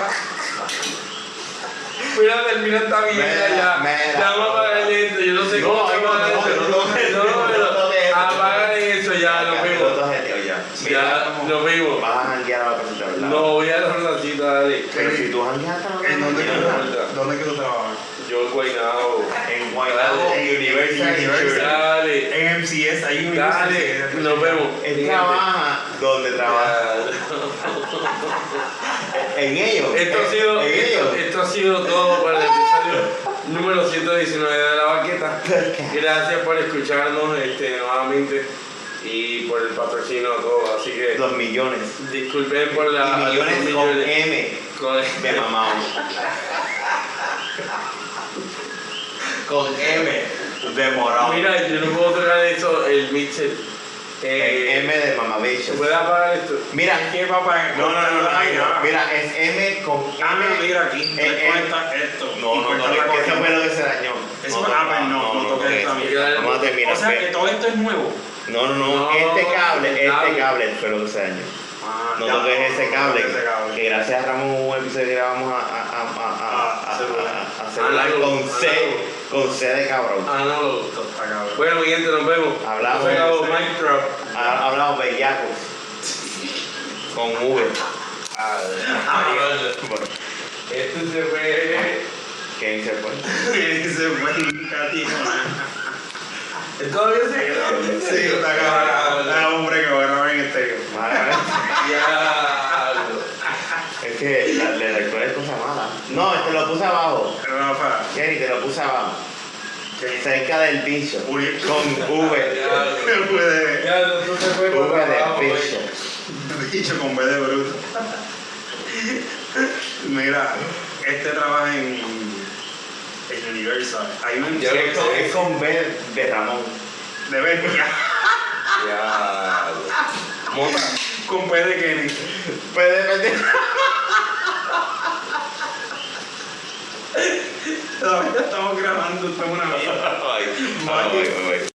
Speaker 2: Mira, termina esta mierda
Speaker 4: Mira,
Speaker 2: ya.
Speaker 4: mira.
Speaker 2: Ya vamos a apagar esto. Yo no sé
Speaker 4: No,
Speaker 2: cómo
Speaker 4: no,
Speaker 2: apagar
Speaker 4: no,
Speaker 2: esto.
Speaker 4: no, no,
Speaker 2: No,
Speaker 4: no,
Speaker 2: pero
Speaker 4: no, no, no.
Speaker 2: apaga eso ya, Ah, lo
Speaker 1: Capítulo
Speaker 2: vimos.
Speaker 1: dos, el tío, ya.
Speaker 2: Ya, lo vimos.
Speaker 1: Vas a janguear a la placita, ¿verdad?
Speaker 2: No, voy a dar la cita, dale.
Speaker 1: Pero si tú jangueaste a la
Speaker 3: ¿En dónde que
Speaker 1: placita, ¿verdad?
Speaker 3: tú trabajas? ¿Dónde que tú trabajas?
Speaker 2: Yo, Guaynabo.
Speaker 1: En Guaynabo,
Speaker 3: En
Speaker 1: University of
Speaker 3: University.
Speaker 1: Missouri.
Speaker 2: Dale,
Speaker 3: En MCS, hay un
Speaker 2: dale.
Speaker 3: universidad.
Speaker 2: Nos vemos.
Speaker 1: Él trabaja donde trabaja. En ellos.
Speaker 2: Esto ha,
Speaker 1: En-
Speaker 2: sido,
Speaker 1: En
Speaker 2: esto,
Speaker 1: ellos.
Speaker 2: esto ha sido todo para el episodio número 119 de La Baqueta. Gracias por escucharnos este, nuevamente y por el patrocinio a todos. Así que
Speaker 1: Los millones.
Speaker 2: disculpen por la...
Speaker 1: Y millones con M
Speaker 2: con-
Speaker 1: de mamá. Con M de morón.
Speaker 2: Mira, yo no puedo tocar eso, el Mitchell.
Speaker 1: En
Speaker 2: Eh,
Speaker 1: M de
Speaker 2: ¿Se
Speaker 1: mamabicho.
Speaker 2: puede apagar esto?
Speaker 1: Mira,
Speaker 3: ¿Qué papá?
Speaker 1: no, no, no, no, no, mira, es M con
Speaker 3: Ah,
Speaker 1: M.
Speaker 3: no, mira aquí.
Speaker 1: Eh, eh.
Speaker 3: Cuenta esto.
Speaker 1: No, no, no,
Speaker 3: Cuenta la
Speaker 1: no, que
Speaker 3: cosa.
Speaker 1: eso fue lo que se dañó.
Speaker 3: Eso- ah, pues no, no toques esa
Speaker 1: eso.
Speaker 2: mierda.
Speaker 1: Vamos a terminar.
Speaker 3: O sea que
Speaker 1: ve.
Speaker 3: todo esto es nuevo.
Speaker 1: No, no, no,
Speaker 2: No,
Speaker 1: este
Speaker 2: cable.
Speaker 1: cable, este cable fue lo que se dañó.
Speaker 3: Ah,
Speaker 1: No toques ese cable. Que gracias a Ramón hubo un episodio que grabamos a, a, a, a, a, a,
Speaker 3: Ah, celular.
Speaker 1: a- a celular
Speaker 2: Ah,
Speaker 1: con
Speaker 2: ah,
Speaker 1: C, con C de cabrón.
Speaker 2: Ah, no.
Speaker 3: Esto está cabrón.
Speaker 2: Bueno, mi gente, nos vemos.
Speaker 1: Hablamos.
Speaker 2: Nos vemos, Minecraft.
Speaker 1: Ha- Hablamos bellacos. Con V. Bueno,
Speaker 2: Esto se fue...
Speaker 1: ¿Quién se fue?
Speaker 3: Ese fue un catimón.
Speaker 2: ¿Todavía se quedó?
Speaker 3: Sí, está cabrón. Está hombre que va a grabar en este estéreo.
Speaker 1: Mala, ¿eh?
Speaker 2: Diablo.
Speaker 1: Es que la- le recuerdo cosas malas. No, te lo puse abajo.
Speaker 3: Rafa,
Speaker 1: Kenny, te lo puse abajo.
Speaker 3: que
Speaker 1: Cerca del bicho.
Speaker 3: Uy.
Speaker 1: Con V.
Speaker 2: Diablo.
Speaker 3: se puede.
Speaker 2: Diablo, tú se fue por
Speaker 1: V
Speaker 2: abajo,
Speaker 1: de
Speaker 2: güey.
Speaker 1: bicho.
Speaker 3: Dicho con B de bruto. Mira, este trabaja en, en Universal. Hay un
Speaker 2: Ya
Speaker 1: Es
Speaker 2: lo
Speaker 1: con- Es con B de Ramón.
Speaker 3: de Bélgica
Speaker 2: Diablo. Monta.
Speaker 3: con P de Kenny.
Speaker 1: Pues depende.
Speaker 3: Todavía estamos grabando, esto es una mierda.
Speaker 1: Ay, ay, ay, ay.